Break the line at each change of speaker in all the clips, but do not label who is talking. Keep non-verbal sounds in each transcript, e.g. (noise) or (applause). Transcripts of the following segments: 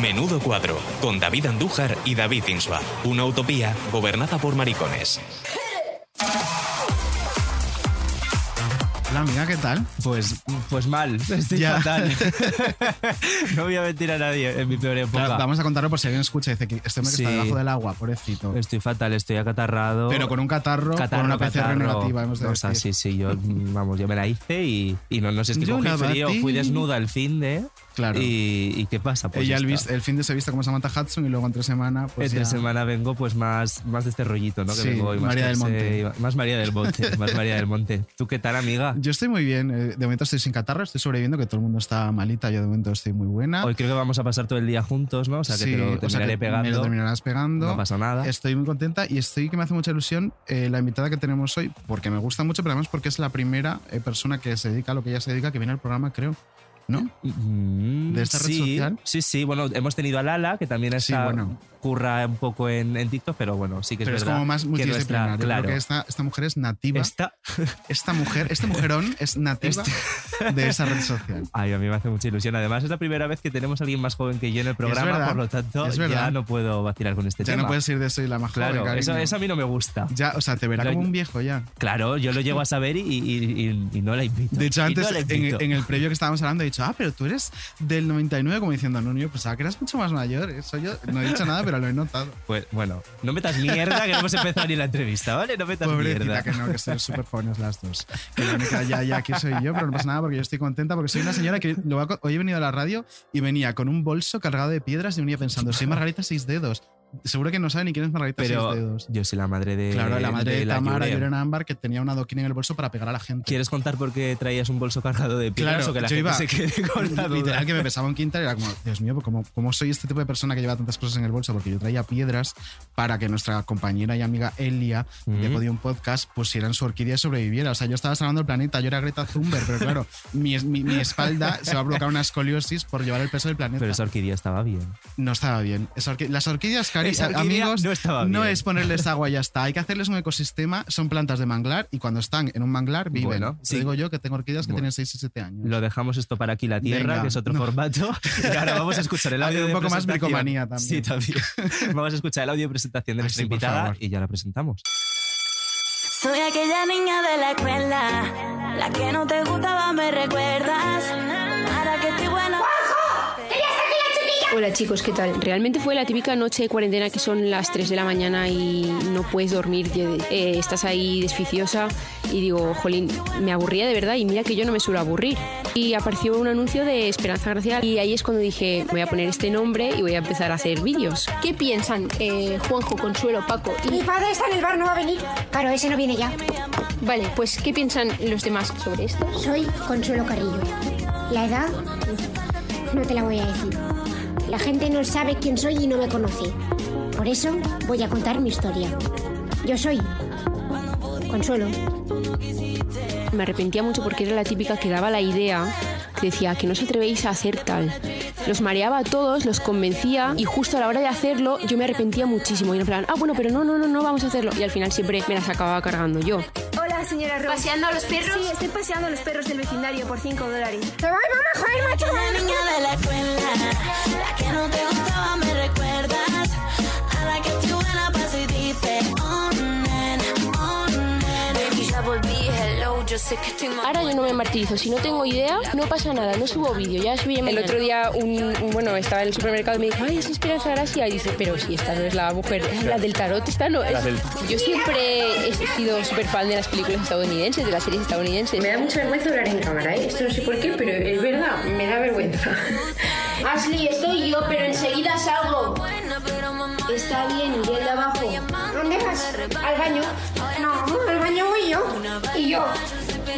Menudo cuadro, con David Andújar y David Insua. Una utopía gobernada por maricones.
Hola amiga, ¿qué tal?
Pues, pues
(laughs)
mal, estoy
Ya.
fatal. (laughs) no voy a mentir a nadie en mi peor época.
Claro, vamos a contarlo por si alguien escucha y dice que este hombre que está
Sí.
debajo del agua, pobrecito.
Estoy fatal, estoy acatarrado.
Pero con un catarro,
catarro,
con una PCR
catarro,
negativa, hemos de
cosa,
decir.
sí, sí, yo, vamos, yo me la hice y, y no, no sé, es que
Yo
cogí
la
frío,
batí.
fui desnuda al fin de...
Claro.
Y, y qué pasa? Pues ya
Ella el, vis-
está.
el fin de se vista como Samantha Hudson y luego entre semana, pues
Entre
ya-
semana vengo pues más, más de este rollito, ¿no? Que
Sí,
vengo hoy más
María del
José,
Monte.
y va- Más María del
(laughs)
Monte, más María del Monte. ¿Tú qué tal, amiga?
Yo estoy muy bien. eh, De momento estoy sin catarro, estoy sobreviviendo, que todo el mundo está malita. Yo de momento estoy muy buena.
Hoy creo que vamos a pasar todo el día juntos, ¿no? O sea, que
Sí,
te lo
o sea,
terminaré
que
pegando.
Me lo terminarás pegando.
no pasa nada.
Estoy muy contenta y estoy que me hace mucha ilusión eh, la invitada que tenemos hoy, porque me gusta mucho, pero además porque es la primera eh, persona que se dedica a lo que ella se dedica, que viene al programa, creo. ¿No?
Mm,
¿De esta red
sí,
social?
Sí, sí. Bueno, hemos tenido a Lala, que también
Sí,
está,
bueno.
curra un poco en, en TikTok, pero bueno, sí que es
pero es
verdad.
como más
que
multidisciplinar.
nuestra-
Yo
claro. Este-
creo que esta, esta mujer es nativa.
Esta-
Esta mujer,
(laughs)
este mujerón es nativa
Este-
de esa red social.
Ay, a mí me hace mucha ilusión. Además, es la primera vez que tenemos a alguien más joven que yo en el programa,
verdad,
por lo tanto,
es verdad.
ya no puedo vacilar con este
ya
tema.
no puedes ir de soy la más joven,
claro,
cariño.
eso, eso a mí no me gusta.
Ya, o sea, te verá
Lo-
como un viejo ya.
Claro, yo lo llego a saber y, y- y- y no la invito.
De hecho,
Y
antes
no la invito.
en, en el previo que estábamos hablando he dicho, ah, pero tú eres del 99, como diciendo, no, yo pensaba que eras mucho más mayor. Eso yo no he dicho nada, pero lo he notado.
Pues, bueno, no metas mierda que no hemos empezado ni la entrevista, ¿vale? No metas
Pobrecita
mierda.
que no,
(laughs)
que soy súper jóvenes las dos. Que la única ya, ya aquí soy yo, pero no pasa nada porque yo estoy contenta porque soy una señora que lo va co- hoy he venido a la radio y venía con un bolso cargado de piedras y venía pensando, soy Margarita Seis Dedos. Seguro que no sabe ni quién es Margarita
Pero
Seis Dedos.
yo soy la madre de.
Claro, la madre de,
la
Tamara
Yurem.
y Llorena Ámbar que tenía una doquina en el bolso para pegar a la gente.
¿Quieres contar por qué traías un bolso cargado de piedras
Claro,
o que
yo
la gente
iba-
se quede (laughs)
(laughs)
con la duda?
Literal que me pesaba un quintal y era como, Dios mío, pues ¿cómo, ¿cómo soy este tipo de persona que lleva tantas cosas en el bolso? Porque yo traía piedras para que nuestra compañera y amiga Elia de
Mm.
Podium Podcast pusiera en su orquídea y sobreviviera. O sea, yo estaba salvando el planeta, yo era Greta Thunberg,
(laughs)
pero claro, mi, es- mi- mi espalda se va a provocar una escoliosis por llevar el peso del planeta.
Pero esa orquídea estaba bien.
No estaba bien. Esa orqui- Las orquídeas, cari-
Esa orquídea
amigos,
no estaba
no
bien.
es ponerles agua y ya está. Hay que hacerles un ecosistema. Son plantas de manglar y cuando están en un manglar viven.
Bueno,
Te
sí.
digo yo que tengo orquídeas que
Bueno.
tienen 6 y 7 años.
Lo dejamos esto para aquí la tierra,
Venga,
que es otro
no.
formato. Y ahora vamos a escuchar el audio
Hacer (laughs) un
de
poco más
presentación.
bricomanía también.
Sí, también. (laughs) Vamos a escuchar el audio de presentación de
Ay,
nuestra
sí, por
invitada
favor.
y ya la presentamos.
Soy aquella niña de la escuela, la que no te gustaba, me recuerdas. Ahora que estoy buena.
Hola chicos, ¿qué tal? Realmente fue la típica noche de cuarentena que son las 3 de la mañana y no puedes dormir, que, eh, estás ahí desficiosa y digo, jolín, me aburría de verdad y mira que yo no me suelo aburrir. Y apareció un anuncio de Esperanza Gracial y ahí es cuando dije, voy a poner este nombre y voy a empezar a hacer vídeos.
¿Qué piensan eh, Juanjo, Consuelo, Paco y...
Mi padre está en el bar, no va a venir. Claro, ese no viene ya.
Vale, pues ¿qué piensan los demás sobre esto?
Soy Consuelo Carrillo. La edad no te la voy a decir. La gente no sabe quién soy y no me conoce. Por eso voy a contar mi historia. Yo soy Consuelo.
Me arrepentía mucho porque era la típica que daba la idea, que decía "Ah, que no os atrevéis a hacer tal. Los mareaba a todos, los convencía y justo a la hora de hacerlo yo me arrepentía muchísimo. Y en plan, ah, bueno, pero no, no, no, no vamos a hacerlo. Y al final siempre me las acababa cargando yo.
Hola, señora Rose. ¿Paseando a los perros? Sí, estoy paseando a los perros del vecindario por 5 dólares.
¡Te voy, mamá, joder, macho!
La niña de la escuela, la que no te gustaba, me recuerdas. Ahora que estoy buena, paso y dices, oh, nen, oh, nen. Baby, ya volví, hello, yo sé que estoy mal.
Ahora yo no me martirizo, si no tengo idea, no pasa nada, no subo vídeo, ya subí El otro día, un, un- bueno, estaba en el supermercado y me dijo, ay, es Esperanza Gracia. Y dice, pero si esta no es la mujer, es la del tarot, esta no es. Yo siempre he sido súper fan de las películas estadounidenses, de las series estadounidenses.
Me da mucha vergüenza hablar en cámara, ¿eh? Esto no sé por qué, pero es verdad, me da
(laughs)
vergüenza. Ashley, estoy yo, pero enseguida salgo.
Buena, pero mamá,
Está bien, bien de abajo.
¿Dónde vas? ¿Al baño? No, al baño voy yo. Y yo.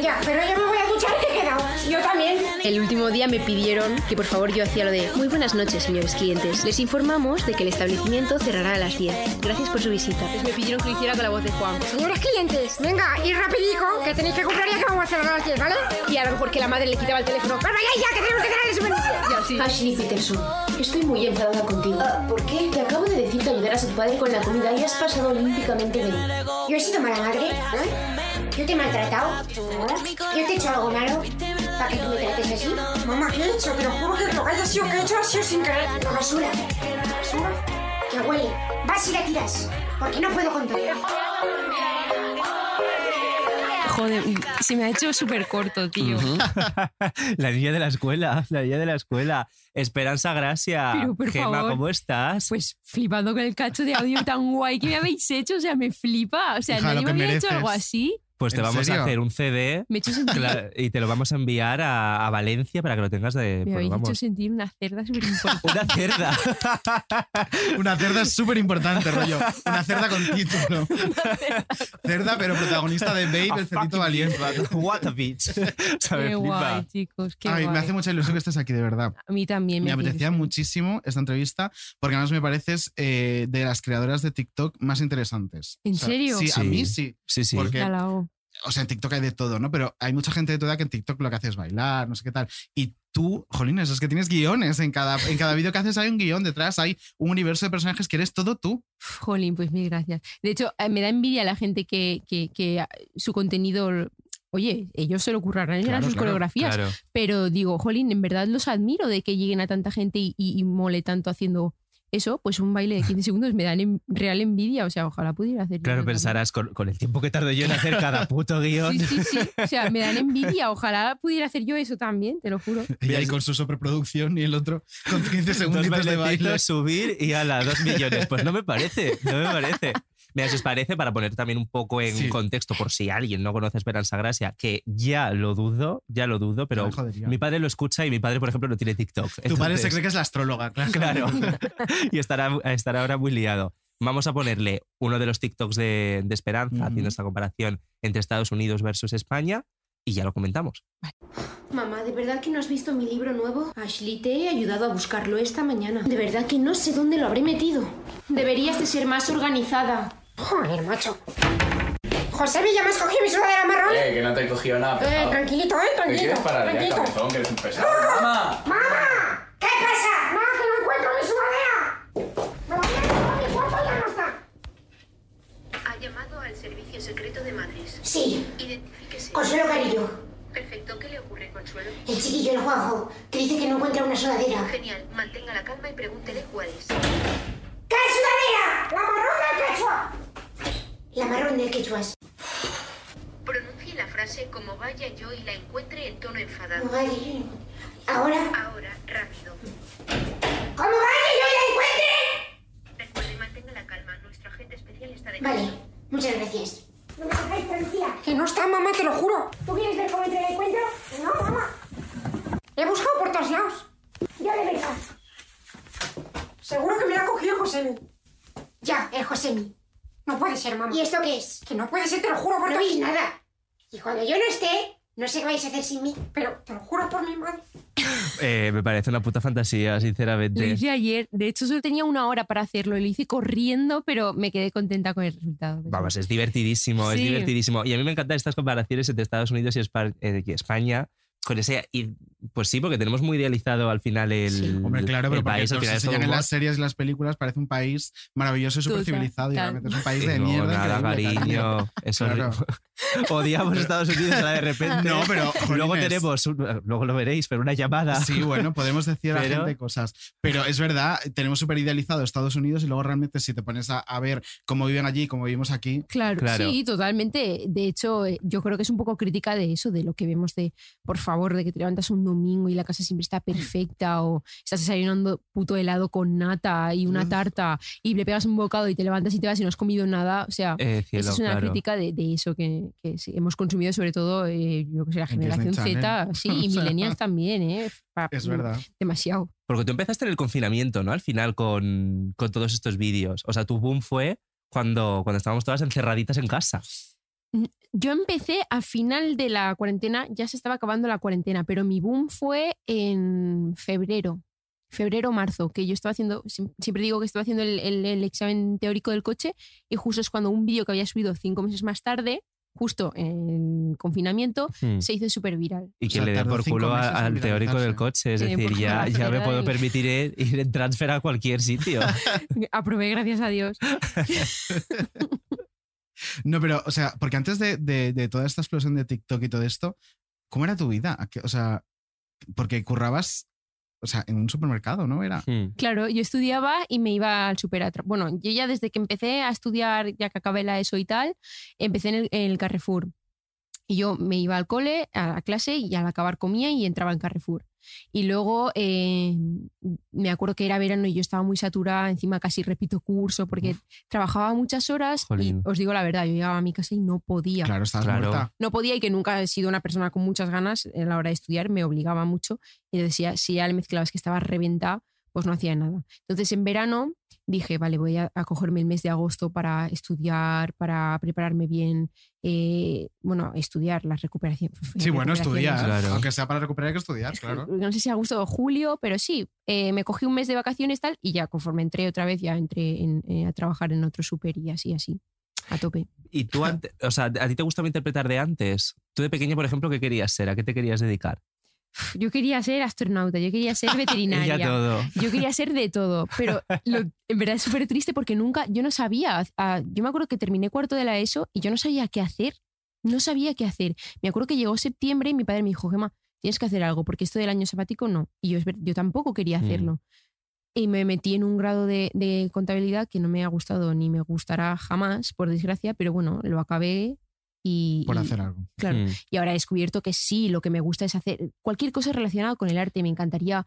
Ya, pero yo me voy a duchar y te quedas.
peinado. Yo también.
El último día me pidieron que por favor yo hacía lo de Muy buenas noches, señores clientes. Les informamos de que el establecimiento cerrará a las 10. Gracias por su visita. Pues me pidieron que lo hiciera con la voz de Juan.
Señores clientes, venga, ir rapidico, que tenéis que comprar ya que vamos a cerrar a las 10, ¿vale?
Y a lo mejor que la madre le quitaba el teléfono.
¡Os vayáis ya, que tenemos que cerrar el supermercado!
Y así.
Ashley Ah, Peterson, estoy muy enfadada contigo.
Ah,
¿Por qué? Te acabo de decir que ayudaras a tu padre con la comida y has pasado olímpicamente de mí.
Yo he sido mala madre, ¿eh? Yo te he maltratado, ¿no? Yo te he hecho algo malo, para que tú me trates así.
Mamá, ¿qué he hecho? Pero juro que lo que haya sido que he hecho ha sido sin querer.
La basura, la basura, que huele. Vas y la tiras, porque no puedo contar.
Joder, se me ha hecho súper corto, tío.
la niña de la escuela, la niña de la escuela. Esperanza Gracia.
Pero, por
Gemma,
favor.
¿cómo estás?
Pues flipando con el cacho de audio tan guay que me habéis hecho, o sea, me flipa. O sea,
Hija,
nadie
lo
me
que
había hecho
mereces.
algo así.
Pues te
¿En
vamos
serio?
a hacer un CD
Me he hecho sentir,
cla- y te lo vamos a enviar a, a Valencia para que lo tengas de.
me
pues,
habéis hecho
vamos.
sentir una
(laughs)
cerda súper importante.
Una cerda.
Una cerda es súper importante,
(laughs)
rollo. Una cerda con título. cerda, pero protagonista de Babe, el cerdito valiente.
What a bitch.
(laughs)
O sea, me
Qué
flipa.
guay, chicos, qué
Ay,
guay.
me hace mucha ilusión que estés aquí, de verdad.
A mí también me,
Me
hace
apetecía
ilusión.
muchísimo esta entrevista porque además me pareces eh, de las creadoras de TikTok más interesantes.
¿En serio?
Sí, a
Sí.
mí sí.
Sí, sí.
Porque
Ya la hago.
o sea, en TikTok hay de todo, ¿no? Pero hay mucha gente de toda que en TikTok lo que hace es bailar, no sé qué tal. Y tú, jolines, es que tienes guiones. En cada, en cada vídeo que haces hay un guión detrás, hay un universo de personajes que eres todo tú.
Jolín, pues mil gracias. De hecho, eh, me da envidia la gente que, que- que, ah, su contenido. Oye, ellos se lo currarán en
Claro,
sus
claro,
coreografías,
Claro.
pero digo, jolín, en verdad los admiro de que lleguen a tanta gente y, y- y mole tanto haciendo eso, pues un baile de 15 segundos me dan en- real envidia, o sea, ojalá pudiera hacer.
Claro, pensarás con, con el tiempo que tardo yo en hacer cada puto guión.
Sí, sí, sí, o sea, me dan envidia, ojalá pudiera hacer yo eso también, te lo juro.
Y ahí con su sobreproducción y el otro con 15
Dos
segunditos de baile.
bailecitos, subir y a las dos millones. Pues no me parece, no me parece. Mira, si os parece, para poner también un poco en
Sí.
contexto, por si alguien no conoce a Esperanza Gracia, que ya lo dudo, ya lo dudo, pero
Me jodería.
mi padre lo escucha y mi padre, por ejemplo, no tiene TikTok.
Tu padre se
Entonces-
cree que es
(laughs)
la astróloga, claro.
Claro. y estará, estará ahora muy liado. Vamos a ponerle uno de los TikToks de, de Esperanza
Ujú.
haciendo esta comparación entre Estados Unidos versus España y ya lo comentamos.
Mamá, ¿de verdad que no has visto mi libro nuevo? Ashley, te he ayudado a buscarlo esta mañana. De verdad que no sé dónde lo habré metido. Deberías de ser más organizada.
Joder, macho.
José Villa, ¿me has cogido mi sudadera marrón?
Eh, que no te he cogido nada,
Eh,
pesado.
tranquilito, eh,
¿Qué
tranquilito,
quieres parar ya,
tranquilito.
cabezón? Que eres un pesado. ¡Mamá!
¡Mamá! ¿Qué pasa? ¡Mamá, que no encuentro mi sudadera! ¡Me voy a llevar mi cuarto ya no está!
Ha llamado al servicio secreto de Madrid.
Sí,
Identifíquese.
Consuelo Carillo,
Perfecto, ¿qué le ocurre, Consuelo?
el chiquillo, el Juanjo, que dice que no encuentra una sudadera.
Genial, mantenga la calma y pregúntele cuál es.
¿Qué sudadera? ¡La marrón del quechua!
La marrón del quechuas.
Pronuncie la frase como vaya yo y la encuentre en tono enfadado.
Vale. Ahora,
Ahora, rápido.
¡Como vaya yo la encuentre!
Recuerde, mantenga la calma. Nuestro agente especial está de
vale, muchas gracias.
No me dejáis tranquila.
Que no está, mamá, te lo juro.
¿Tú quieres ver cómo te la encuentro? No, mamá. He buscado por todos lados. Yo de verdad. Seguro que me la ha cogido José Luis.
Ya, el Josemi.
No puede ser, mamá.
¿Y esto qué es?
Que no puede ser, te lo juro por
No
Dios.
veis nada. Y cuando yo no esté, no sé qué vais a hacer sin mí.
Pero te lo juro por mi madre.
Eh, me parece una puta fantasía,
Lo
sinceramente.
hice ayer, de hecho solo tenía una hora para hacerlo, y lo hice corriendo, pero me quedé contenta con el resultado.
Vamos, es divertidísimo, es
Sí.
divertidísimo. Y a mí me encantan estas comparaciones entre Estados Unidos y Espa- eh, y España. Con ese, y, pues sí, porque tenemos muy idealizado al final el,
Hombre, claro, pero
el
porque
país. Al
nos
final es todo
enseñan en
humor.
las series y las películas, parece un país maravilloso y súper civilizado. Y
Total.
realmente es un país
Y
de
no,
mierda.
nada,
increíble, (laughs)
cariño. (laughs) Es
Claro.
horrible. Odiamos Estados Unidos ahora de repente.
No,
(laughs)
pero,
Luego
jolines.
tenemos, un- luego lo veréis, pero una llamada.
Sí, bueno, podemos decir a la
(laughs) Pero-
gente cosas. Pero es verdad, tenemos súper idealizado Estados Unidos y luego realmente si te pones a, a ver cómo viven allí, cómo vivimos aquí.
Claro,
Claro.
sí, totalmente. De hecho, eh, yo creo que es un poco crítica de eso, de lo que vemos de, por favor, de que te levantas un domingo y la casa siempre está perfecta, o estás desayunando puto helado con nata y una
Uf.
tarta y le pegas un bocado y te levantas y te vas y no has comido nada. O sea,
Eh, cielo,
esa es una
claro.
crítica de, de eso que, que sí, hemos consumido, sobre todo, eh, yo que sé, la
En Disney
generación Z,
Channel.
sí,
(laughs) O
y
sea,
millennials también, ¿eh? Pa-
Es verdad.
Demasiado.
Porque tú empezaste en el confinamiento, ¿no? Al final con, con todos estos vídeos. O sea, tu boom fue cuando, cuando estábamos todas encerraditas en casa.
Yo empecé a final de la cuarentena, ya se estaba acabando la cuarentena, pero mi boom fue en febrero, febrero marzo, que yo estaba haciendo, siem- siempre digo que estaba haciendo el, el- el examen teórico del coche y justo es cuando un vídeo que había subido cinco meses más tarde, justo en confinamiento,
Hmm.
se hizo súper viral. (laughs)
Y que
sea,
le dé
tardó
por
cinco
culo a-
meses en
al teórico
viralizarse.
del coche. Es
Le dé por
decir,
culo a
ya,
la
ya me
federal.
puedo permitir ir, ir en transfer a cualquier
(laughs)
sitio.
Aprobé, gracias a Dios.
No, pero, o sea, porque antes de, de- de toda esta explosión de TikTok y todo esto, ¿cómo era tu vida? ¿A qué- O sea, porque currabas, o sea, en un supermercado, ¿no? Era.
Hmm.
Claro, yo estudiaba y me iba al super Bueno, yo ya desde que empecé a estudiar, ya que acabé la ESO y tal, empecé en el, en el Carrefour. Y yo me iba al cole, a la clase, y al acabar comía y entraba en Carrefour. Y luego eh, me acuerdo que era verano y yo estaba muy saturada, encima casi repito curso porque trabajaba muchas horas
Jolín.
y os digo la verdad, yo llegaba a mi casa y no podía
Claro, estabas
Claro.
muerta.
no podía y que nunca he sido una persona con muchas ganas en la hora de estudiar, me obligaba mucho. Y entonces, si ya, si ya le mezclabas que estaba reventada, pues no hacía nada. Entonces, en verano dije, vale, voy a, a cogerme el mes de agosto para estudiar, para prepararme bien, eh, bueno, estudiar la recuperación.
Sí, bueno, estudiar.
Claro.
Aunque sea para recuperar, que estudiar,
Es que
claro.
No sé si agosto o julio, pero sí, eh, me cogí un mes de vacaciones tal y ya conforme entré otra vez, ya entré en- eh, a trabajar en otro super y así, así, a tope.
Y tú, ante- o sea, ¿a ti te gustaba interpretar de antes? Tú de pequeño, por ejemplo, ¿qué querías ser? ¿A qué te querías dedicar?
Yo quería ser astronauta, yo quería ser veterinaria.
Ya todo.
Yo quería ser de todo, pero lo- en verdad es súper triste porque nunca, yo no sabía, ah, yo me acuerdo que terminé cuarto de la ESO y yo no sabía qué hacer, no sabía qué hacer. Me acuerdo que llegó septiembre y mi padre me dijo, Gemma, tienes que hacer algo porque esto del año sabático no. Y yo, es ver- yo tampoco quería
Mm.
hacerlo. Y me metí en un grado de, de contabilidad que no me ha gustado ni me gustará jamás, por desgracia, pero bueno, lo acabé y...
Por
y-
hacer algo.
Claro.
Hmm.
Y ahora he descubierto que sí, lo que me gusta es hacer cualquier cosa relacionada con el arte. Me encantaría,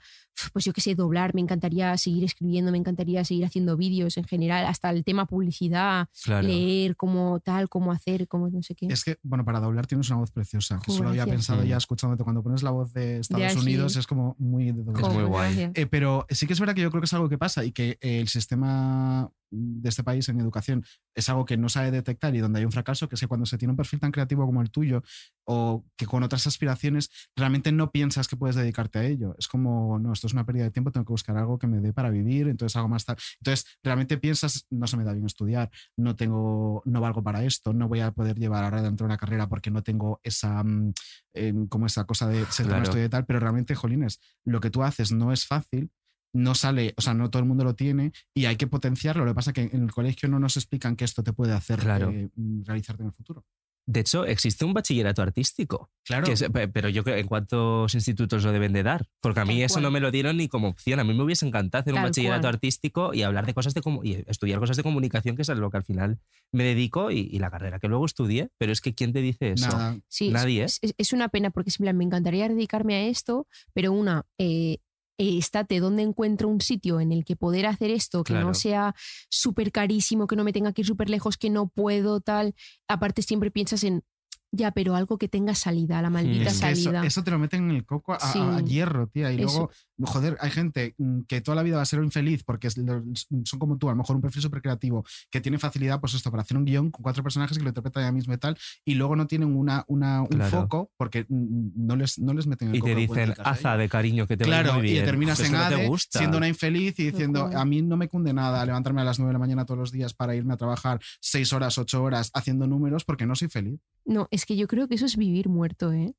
pues yo qué sé, doblar, me encantaría seguir escribiendo, me encantaría seguir haciendo vídeos en general, hasta el tema publicidad,
Claro.
leer, cómo tal, cómo hacer, cómo no sé qué.
Es que, bueno, para doblar tienes una voz preciosa. Que
Jo,
eso lo había
gracias.
pensado
Sí.
ya escuchándote. Cuando pones la voz de Estados
aquí.
Unidos es como muy de doblar.
Es muy
Joder,
guay.
gracias.
Eh, pero sí que es verdad que yo creo que es algo que pasa y que eh, el sistema de este país en educación es algo que no sabe detectar y donde hay un fracaso, que es que cuando se tiene un perfil tan creativo como el tuyo o que con otras aspiraciones realmente no piensas que puedes dedicarte a ello. Es como, no, esto es una pérdida de tiempo, tengo que buscar algo que me dé para vivir, entonces hago más tarde. Entonces realmente piensas, no se me da bien estudiar, no tengo, no valgo para esto, no voy a poder llevar ahora dentro de una carrera porque no tengo esa, mm, em, como esa cosa de sentarme
Claro.
a estudiar y tal, pero realmente, jolines, lo que tú haces no es fácil, no sale, o sea, no todo el mundo lo tiene y hay que potenciarlo. Lo que pasa es que en el colegio no nos explican que esto te puede hacer
Claro.
eh, mm, realizarte en el futuro.
De hecho, existe un bachillerato artístico.
Claro.
que es- pe- pero yo creo, ¿en cuántos institutos lo deben de dar? Porque a mí
Tal
eso
cual.
no me lo dieron ni como opción. A mí me hubiese encantado hacer
Tal
un bachillerato
cual.
artístico y hablar de cosas de comu- y estudiar cosas de comunicación, que es a lo que al final me dedico y, y la carrera que luego estudié. Pero es que ¿quién te dice eso?
Nada.
Sí, es-
Nadie, ¿eh?
es, es- es una pena porque es en plan, me encantaría dedicarme a esto, pero una, eh, eh, estate donde encuentro un sitio en el que poder hacer esto, que
Claro.
no sea súper carísimo, que no me tenga que ir súper lejos, que no puedo, tal. Aparte, siempre piensas en, ya, pero algo que tenga
(laughs)
salida, la maldita
Es que eso,
salida.
eso te lo meten en el coco a, a-
Sí.
a hierro, tía. Y
Eso.
luego, joder, hay gente mm, que toda la vida va a ser infeliz porque es- lo- mm, son como tú, a lo mejor un perfil súper creativo, que tiene facilidad, pues esto, para hacer un guión con cuatro personajes que lo interpretan ya mismo y tal, y luego no tienen una, una, un
Claro.
foco porque mm, no les, no les meten en el
Y
coco.
te
lo que pueden
dicen,
dedicarse a ello.
aza de cariño, que te va a ir
Claro,
muy bien. Pues
y terminas
Eso
en
no te
ADE
gusta.
siendo una infeliz y diciendo,
cual.
a mí no me cunde nada levantarme a las 9 de la mañana todos los días para irme a trabajar 6 horas, 8 horas haciendo números porque no soy feliz.
No, es que yo creo que eso es vivir muerto, ¿eh?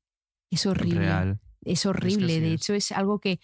Es horrible.
Real.
es horrible.
así es.
de hecho, es algo que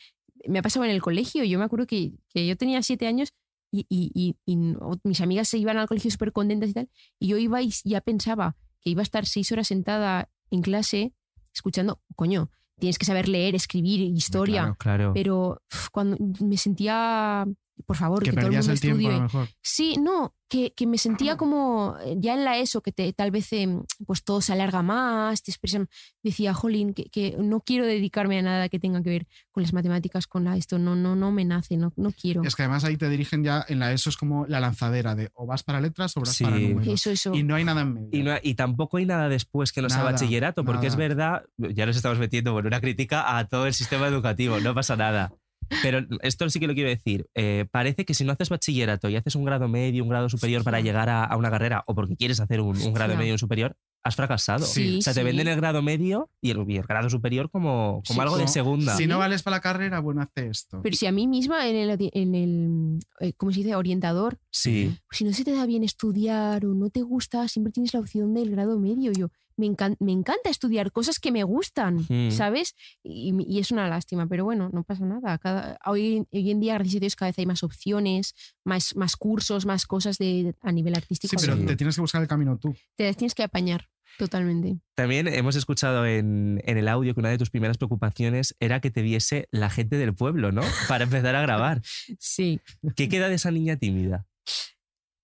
me ha pasado en el colegio. Yo me acuerdo que, que yo tenía siete años y, y- y- y no- mis amigas se iban al colegio súper contentas y tal. Y yo iba y ya pensaba que iba a estar seis horas sentada en clase escuchando, coño, tienes que saber leer, escribir, historia.
Claro, claro.
Pero uf, cuando me sentía, por favor, que,
Que
todo el
perdías
mundo
el tiempo a
estudie. (laughs)
lo mejor.
Sí, no, que, que me sentía como eh, ya en la ESO, que te- tal vez eh, pues todo se alarga más, te expresan, decía, jolín, que, que no quiero dedicarme a nada que tenga que ver con las matemáticas, con la esto, no, no, no me nace, no, no quiero.
Es que además ahí te dirigen ya, en la ESO es como la lanzadera de o vas para letras o vas
Sí.
para números.
eso, eso.
Y no hay nada en medio.
Y, no- y tampoco hay nada después que no sea
Nada,
bachillerato, porque es
nada.
verdad, ya nos estamos metiendo con una crítica a todo el sistema educativo, no pasa nada. Pero esto sí que lo quiero decir. eh, parece que si no haces bachillerato y haces un grado medio, un grado superior para
Hostia.
llegar a, a una carrera, o porque quieres hacer un, un grado
Hostia.
medio o superior, has fracasado.
Sí.
o sea, te
Sí.
venden el grado medio y el, y el grado superior como, como
Sí,
algo de
¿no?
segunda.
Si no vales para la carrera, bueno, hace esto.
Pero si a mí misma en el, en el eh, ¿cómo se dice? Orientador,
Sí.
si no se te da bien estudiar o no te gusta, siempre tienes la opción del grado medio. Yo, me, encan- me encanta estudiar cosas que me gustan,
Mm.
¿sabes? Y, y es una lástima, pero bueno, no pasa nada. Cada, hoy, hoy en día, gracias a Dios, cada vez hay más opciones, más, más cursos, más cosas de, a nivel artístico.
Sí, pero
así que
te tienes que buscar el camino tú.
te las tienes que apañar totalmente.
También hemos escuchado en, en el audio que una de tus primeras preocupaciones era que te viese la gente del pueblo,
(laughs)
¿no? Para empezar a grabar.
Sí.
¿Qué queda de esa niña tímida?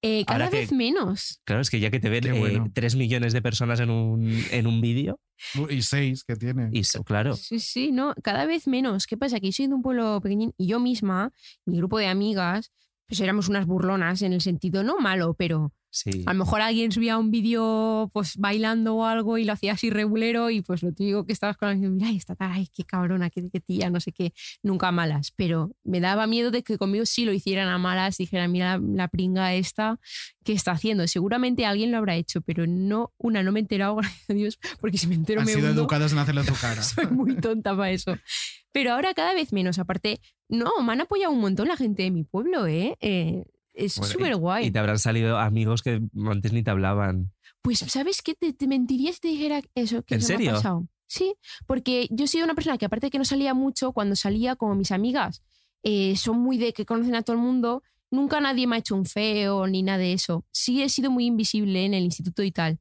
Eh, cada
Ahora que-
vez menos.
Claro, es que ya que te ven
Qué
eh,
bueno.
tres millones de personas en un, en un vídeo,
Y seis que tiene.
y so- claro,
Sí, sí, no, cada vez menos. ¿Qué pasa? Que yo soy de un pueblo pequeñín y yo misma, mi grupo de amigas, pues éramos unas burlonas en el sentido no malo, pero
sí.
Ah,
a lo mejor alguien subía un vídeo pues bailando o algo y lo hacía así regulero y pues lo típico que estabas con la gente, mira, esta tal, ay, qué cabrona, qué, qué tía, no sé qué, nunca a malas, pero me daba miedo de que conmigo sí lo hicieran a malas, dijeran, mira la, la pringa esta que está haciendo. Seguramente alguien lo habrá hecho, pero no, una, no me he enterado, (laughs) gracias a Dios, porque si me entero
Han
me
sido
hundo.
educados en hacerlo en tu
(laughs)
cara.
Soy muy tonta para eso. Pero ahora cada vez menos. Aparte, no, me han apoyado un montón la gente de mi pueblo, ¿eh? Eh, es
Bueno, y-
súper guay.
Y te habrán salido amigos que antes ni te hablaban.
Pues, ¿sabes qué? Te, te mentiría si te dijera eso. Que
¿En
eso me ha
serio?
pasado. Sí, porque yo he sido una persona que, aparte de que no salía mucho, cuando salía como mis amigas, eh, son muy de que conocen a todo el mundo, nunca nadie me ha hecho un feo ni nada de eso. Sí he sido muy invisible en el instituto y tal.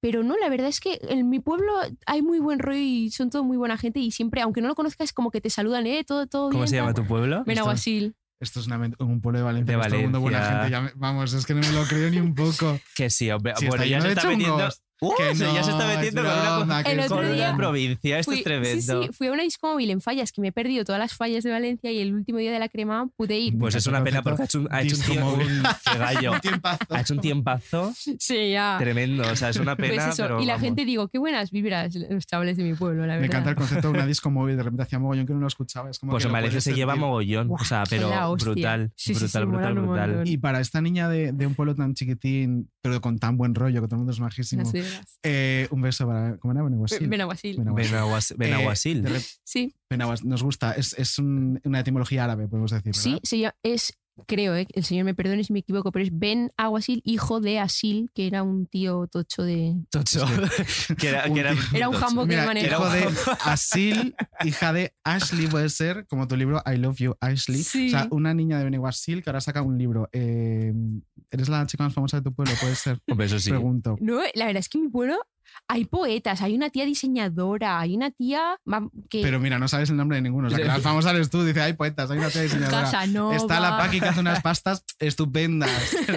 Pero no, la verdad es que en mi pueblo hay muy buen rollo y son todo muy buena gente y siempre, aunque no lo conozcas, como que te saludan, ¿eh? Todo, todo
¿Cómo
bien,
se llama
tal.
tu pueblo?
Benaguasil.
Esto es una men- un pueblo de Valencia.
De
que es todo el mundo buena
Valencia.
gente. ya me- vamos, es que no me lo creo ni un
(laughs)
poco.
Que sí, hombre.
Sí,
bueno,
está
ya se
lleno de
está metiendo.
chungos.
¡Uh!
Que
Se- ya se está
no, es
metiendo con una-
broma, que
El
es
otro
con
broma.
día-
una provincia. Esto
Fui-
es tremendo.
Sí, sí, fui a una discomóvil en fallas que me he perdido todas las fallas de Valencia y el último día de la crema pude ir.
Pues es una pena porque ha hecho un, ha hecho un
Disco
tiempo- (laughs)
móvil.
¡Qué gallo!
Un tiempazo.
(laughs)
Ha hecho un tiempazo
Sí, ya.
tremendo. O sea, es
(laughs)
una
Pues
pena.
Ah. eso,
pero
y la
vamos.
gente digo, qué buenas vibras los chavales de mi pueblo, la verdad.
Me encanta el concepto de una disco móvil. De repente hacía mogollón que no lo escuchaba. Es como
Pues
que lo
me parece
puedes
se lleva
sentir.
mogollón.
Buah,
o sea,
que
pero
la hostia.
brutal.
Sí, sí, sí,
brutal, brutal,
molan un
brutal.
montón.
Y para esta niña de, de un pueblo tan chiquitín, pero con tan buen rollo, que todo el mundo es majísimo,
Las vibras.
eh, un beso para. ¿Cómo era? Benaguasil. Benaguasil.
Benaguasil. Eh,
Eh,
Benaguas- Benaguasil.
de rep-
Sí,
Benaguas- nos gusta. Es, es un- una etimología árabe, podemos decir.
sí,
¿verdad?
se llama- es, creo, eh, el señor me perdone si me equivoco, pero es Ben Aguasil, hijo de Asil, que era un tío tocho de...
Tocho.
(laughs)
que era, que era,
Era un
tocho.
jambo que
Mira,
maneja.
hijo de Asil, hija de Ashley puede ser, como tu libro I Love You, Ashley.
Sí.
O sea, una niña de Beneguasil que ahora saca un libro. Eh, ¿Eres la chica más famosa de tu pueblo? Puede ser.
Hombre, eso sí.
Pregunto.
No, la verdad es que en mi pueblo hay poetas, hay una tía diseñadora, hay una tía va- que...
Pero mira, no sabes el nombre de ninguno. O sea, que la más famosa eres tú. Dice, hay poetas, hay una tía diseñadora.
Casanova.
Está la Paqui que hace unas pastas estupendas.
(laughs)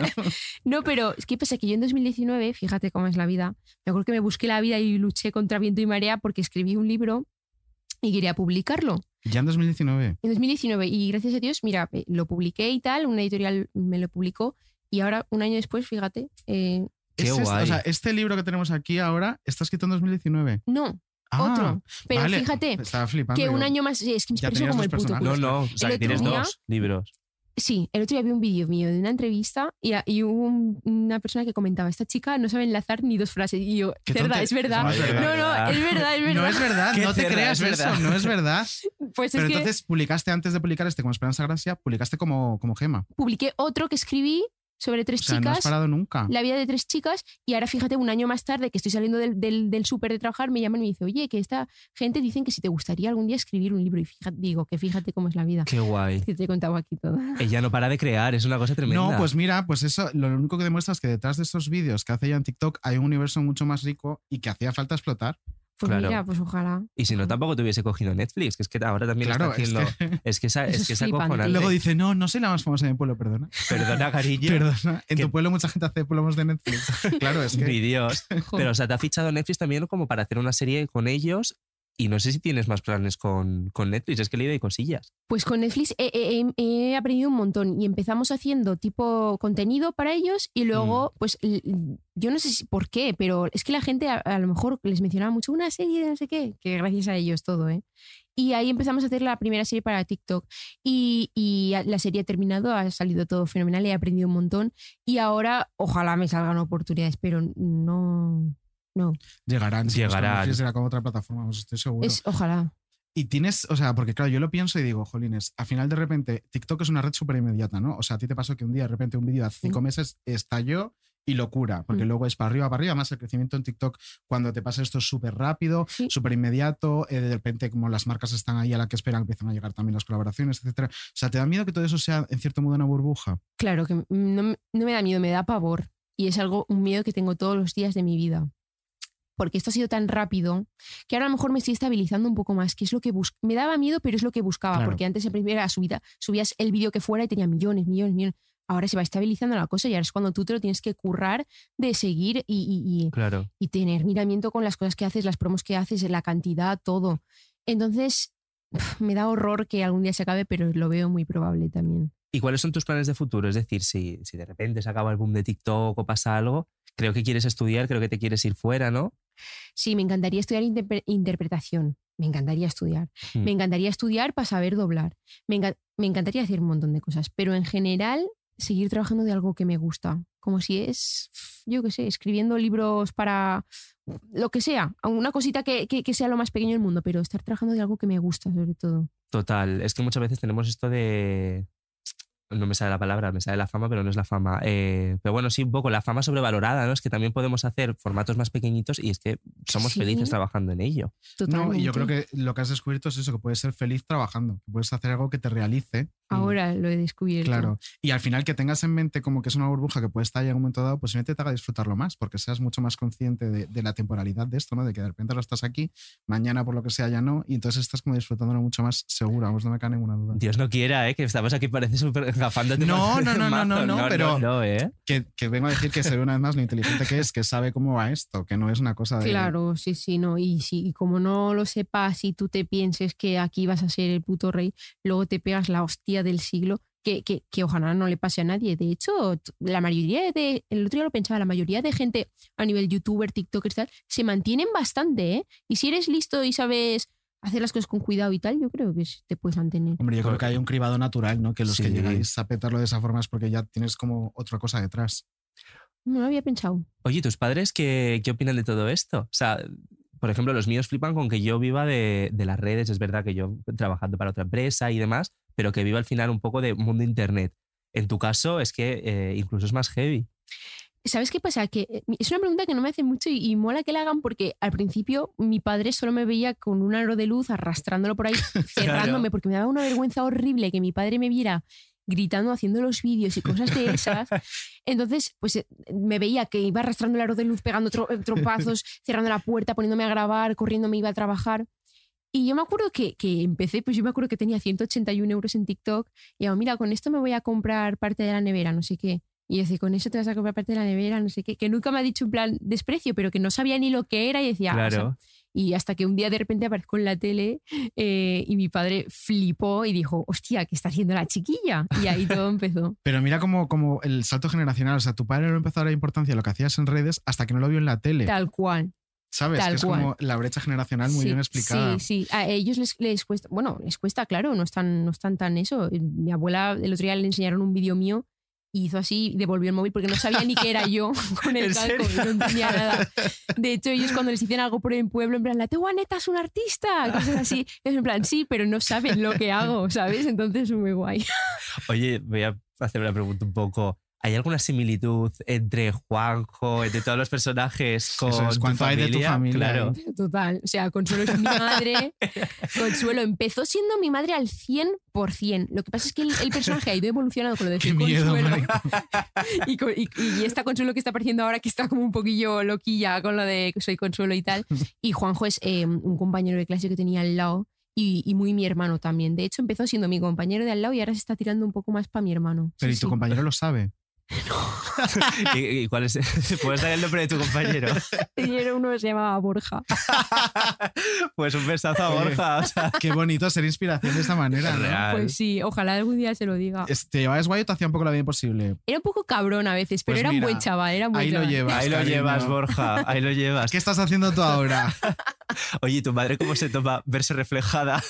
No, pero es que pasa que yo en 2019, fíjate cómo es la vida, me acuerdo que me busqué la vida y luché contra viento y marea porque escribí un libro y quería publicarlo.
ya en 2019.
En 2019, y gracias a Dios, mira, eh, lo publiqué y tal, una editorial me lo publicó y ahora, un año después, fíjate, eh,
Qué
Es este-
guay.
o sea, este libro que tenemos aquí ahora está escrito en 2019.
no,
Ah,
otro. Pero
vale.
fíjate
Estaba flipando.
que un
digo.
año más, es que me
Ya
expreso
tenías
como
dos
el puto
personajes.
No,
culo.
no. O sea,
El
que
otro
tienes
día-
dos libros.
Sí, el otro día vi un vídeo mío de una entrevista y, a- y hubo un- una persona que comentaba, esta chica no sabe enlazar ni dos frases. Y yo,
Qué
cerda,
tonte-
es verdad.
Eso no es
No, no,
verdad.
es verdad, es verdad.
No es verdad,
Qué
no te
cerda,
creas
es verdad.
eso, no es verdad.
Pues
Pero
(laughs) es que...
entonces publicaste antes de publicar este como Esperanza Gracia, publicaste como, como Gema.
publiqué otro que escribí sobre tres
O sea, no has
chicas,
parado nunca.
la vida de tres chicas, y ahora fíjate, un año más tarde que estoy saliendo del, del, del súper de trabajar, me llaman y me dicen, oye, que esta gente dicen que si te gustaría algún día escribir un libro, y fíjate, digo, que fíjate cómo es la vida,
Qué
(laughs)
guay.
que te he contado aquí todo.
Ella no para de crear, es una cosa tremenda.
No, pues mira, pues eso, lo único que demuestra es que detrás de esos vídeos que hace ella en TikTok hay un universo mucho más rico y que hacía falta explotar.
Pues
Claro.
mira, pues ojalá.
Y si no, tampoco te hubiese cogido Netflix, que es que ahora también
Claro,
está haciendo.
es
Es que, es que,
(laughs)
esa-
Eso
es
es
que esa
flipante.
cojonante.
Luego dice, no, no soy la más famosa de mi pueblo, perdona.
Perdona,
(laughs)
cariño.
Perdona, en
que-
tu pueblo mucha gente hace pueblos
(laughs)
de Netflix. claro, es que...
Vídeos. Pero, o sea, te ha fichado Netflix también como para hacer una serie con ellos. Y no sé si tienes más planes con, con Netflix. Es que leí de cosillas.
Pues con Netflix he, he- he- he aprendido un montón y empezamos haciendo tipo contenido para ellos y luego, pues l- yo no sé si- por qué, pero es que la gente a, a lo mejor les mencionaba mucho una serie de no sé qué, que gracias a ellos todo, ¿eh? Y ahí empezamos a hacer la primera serie para TikTok y, y a- la serie ha terminado, ha salido todo fenomenal, he aprendido un montón y ahora ojalá me salgan oportunidades, pero no... No.
Llegarán. si
Llegarán.
buscan Netflix será con otra plataforma, pues estoy seguro.
Es, ojalá.
Y tienes, o sea, porque claro, yo lo pienso y digo, jolines, al final de repente TikTok es una red súper inmediata, ¿no? O sea, a ti te pasó que un día de repente un vídeo hace cinco meses estalló y locura, porque
Mm.
luego es para arriba, para arriba. Además, el crecimiento en TikTok, cuando te pasa esto es súper rápido, súper inmediato, eh, de repente como las marcas están ahí a la que esperan, empiezan a llegar también las colaboraciones, etcétera. O sea, ¿te da miedo que todo eso sea en cierto modo una burbuja?
Claro, que no, me- no me da miedo, me da pavor. Y es algo, un miedo que tengo todos los días de mi vida. Porque esto ha sido tan rápido que ahora a lo mejor me estoy estabilizando un poco más, que es lo que bus- me daba miedo, pero es lo que buscaba.
Claro.
Porque antes en primera subida, subías el vídeo que fuera y tenía millones, millones, millones. Ahora se va estabilizando la cosa y ahora es cuando tú te lo tienes que currar de seguir y- y- y,
Claro.
y tener miramiento con las cosas que haces, las promos que haces, la cantidad, todo. Entonces, me da horror que algún día se acabe, pero lo veo muy probable también.
¿Y cuáles son tus planes de futuro? Es decir, si, si de repente se acaba el boom de TikTok o pasa algo, creo que quieres estudiar, creo que te quieres ir fuera, ¿no?
Sí, me encantaría estudiar interpre- interpretación. Me encantaría estudiar.
Mm.
Hmm.
Me encantaría estudiar para saber doblar. Me, enca- me encantaría hacer un montón de cosas, pero en general seguir trabajando de algo que me gusta. Como si es, yo qué sé, escribiendo libros para lo que sea. Una cosita que, que- que sea lo más pequeño del mundo, pero estar trabajando de algo que me gusta sobre todo.
Total, es que muchas veces tenemos esto de... No me sale la palabra, me sale la fama, pero no es la fama. Eh, pero bueno, sí, un poco la fama sobrevalorada, ¿no? Es que también podemos hacer formatos más pequeñitos y es que somos
Sí.
felices trabajando en ello.
No, y yo creo
Totalmente.
que lo que has descubierto es eso, que puedes ser feliz trabajando, que puedes hacer algo que te realice.
Ahora lo he descubierto.
mm, Claro. Y al final que tengas en mente como que es una burbuja que puede estar en un momento dado, pues simplemente te haga disfrutarlo más, porque seas mucho más consciente de, de la temporalidad de esto, ¿no? De que de repente ahora estás aquí, mañana por lo que sea ya no, y entonces estás como disfrutándolo mucho más segura, vamos, no me cae ninguna duda.
Dios no quiera, ¿eh? Que estamos aquí parece súper gafándote.
No, no, no, no,
mazo.
no, no, pero-
no, ¿eh?
Que, que vengo a decir que se ve una vez más lo inteligente que es, que sabe cómo va esto, que no es una cosa de...
Claro, sí, sí, no. Y, sí, y como no lo sepas y tú te pienses que aquí vas a ser el puto rey, luego te pegas la hostia del siglo, que, que, que ojalá no le pase a nadie. De hecho, t- la mayoría de, el otro día lo pensaba, la mayoría de gente a nivel youtuber, tiktoker, tal, se mantienen bastante, ¿eh? Y si eres listo y sabes hacer las cosas con cuidado y tal, yo creo que sí te puedes mantener.
Hombre, yo creo que hay un cribado natural, ¿no? Que los que
Sí.
llegáis a petarlo de esa forma es porque ya tienes como otra cosa detrás.
No lo había pensado.
Oye, ¿tus padres qué, qué opinan de todo esto? O sea, por ejemplo, los míos flipan con que yo viva de, de las redes, es verdad que yo trabajando para otra empresa y demás, pero que viva al final un poco de mundo internet. En tu caso es que eh, incluso es más heavy.
¿Sabes qué pasa? Que eh, es una pregunta que no me hacen mucho y, y mola que la hagan porque al principio mi padre solo me veía con un aro de luz arrastrándolo por ahí, cerrándome, porque me daba una vergüenza horrible que mi padre me viera gritando, haciendo los vídeos y cosas de esas. Entonces, pues eh, me veía que iba arrastrando el aro de luz, pegando tro- eh, tropazos, cerrando la puerta, poniéndome a grabar, corriendo me iba a trabajar. Y yo me acuerdo que, que empecé, pues yo me acuerdo que tenía 181 euros en TikTok y digo, mira, con esto me voy a comprar parte de la nevera, no sé qué. Y yo decía, con eso te vas a comprar parte de la nevera, no sé qué. Que nunca me ha dicho en plan desprecio, pero que no sabía ni lo que era y decía, "Ah, o sea,
claro.
y hasta que un día de repente aparezco en la tele eh, y mi padre flipó y dijo, hostia, ¿qué está haciendo la chiquilla?
(laughs)
Y ahí todo empezó.
Pero mira como, como el salto generacional, o sea, tu padre no empezó a dar importancia a lo que hacías en redes hasta que no lo vio en la tele.
Tal cual.
¿Sabes?
Tal
que es como la brecha generacional muy
Sí,
bien explicada.
Sí, sí. A ellos les, les cuesta, bueno, les cuesta, claro, no están, no están tan eso. Mi abuela, (laughs) el otro día le enseñaron un vídeo mío y hizo así, y devolvió el móvil porque no sabía ni que era yo con el
¿En
calco,
serio?
no entendía nada. De hecho, ellos cuando les dicen algo por el pueblo, en plan, la tehuaneta es un artista, cosas así, es en plan, sí, pero no saben lo que hago, ¿sabes? Entonces es muy guay. (laughs)
Oye, voy a hacer una pregunta un poco. ¿Hay alguna similitud entre Juanjo, entre todos los personajes con
Eso es,
tu
cuánto hay de tu familia,
Claro.
Total, o sea, Consuelo es mi madre. Consuelo empezó siendo mi madre al 100%. Lo que pasa es que el, el personaje ha ido evolucionando con lo de
Qué
ser
miedo,
Consuelo. (laughs)
Marico.
y, con- y- y esta Consuelo que está apareciendo ahora, que está como un poquillo loquilla con lo de que soy Consuelo y tal. Y Juanjo es eh, un compañero de clase que tenía al lado y, y muy mi hermano también. De hecho, empezó siendo mi compañero de al lado y ahora se está tirando un poco más para mi hermano.
Pero
Sí,
y tu
sí.
compañero lo sabe.
¿Y, y cuál es? (laughs) ¿Puedes dar el nombre de tu compañero?
Y era uno que se llamaba
(laughs)
Borja.
(laughs) Pues un besazo a
Oye,
Borja. o sea,
Qué bonito ser inspiración de esta manera, ¿no? Este,
real.
Pues sí, ojalá algún día se lo diga.
Es- ¿Te llevabas guay o te hacía un poco la vida imposible?
Era un poco cabrón a veces, pero
Pues
era un
mira,
buen chaval. Era un buen
Ahí lo
chaval.
llevas.
Ahí lo
cariño.
llevas, Borja. Ahí lo llevas.
¿Qué estás haciendo tú ahora? (laughs)
Oye, ¿y ¿tu madre cómo se toma verse reflejada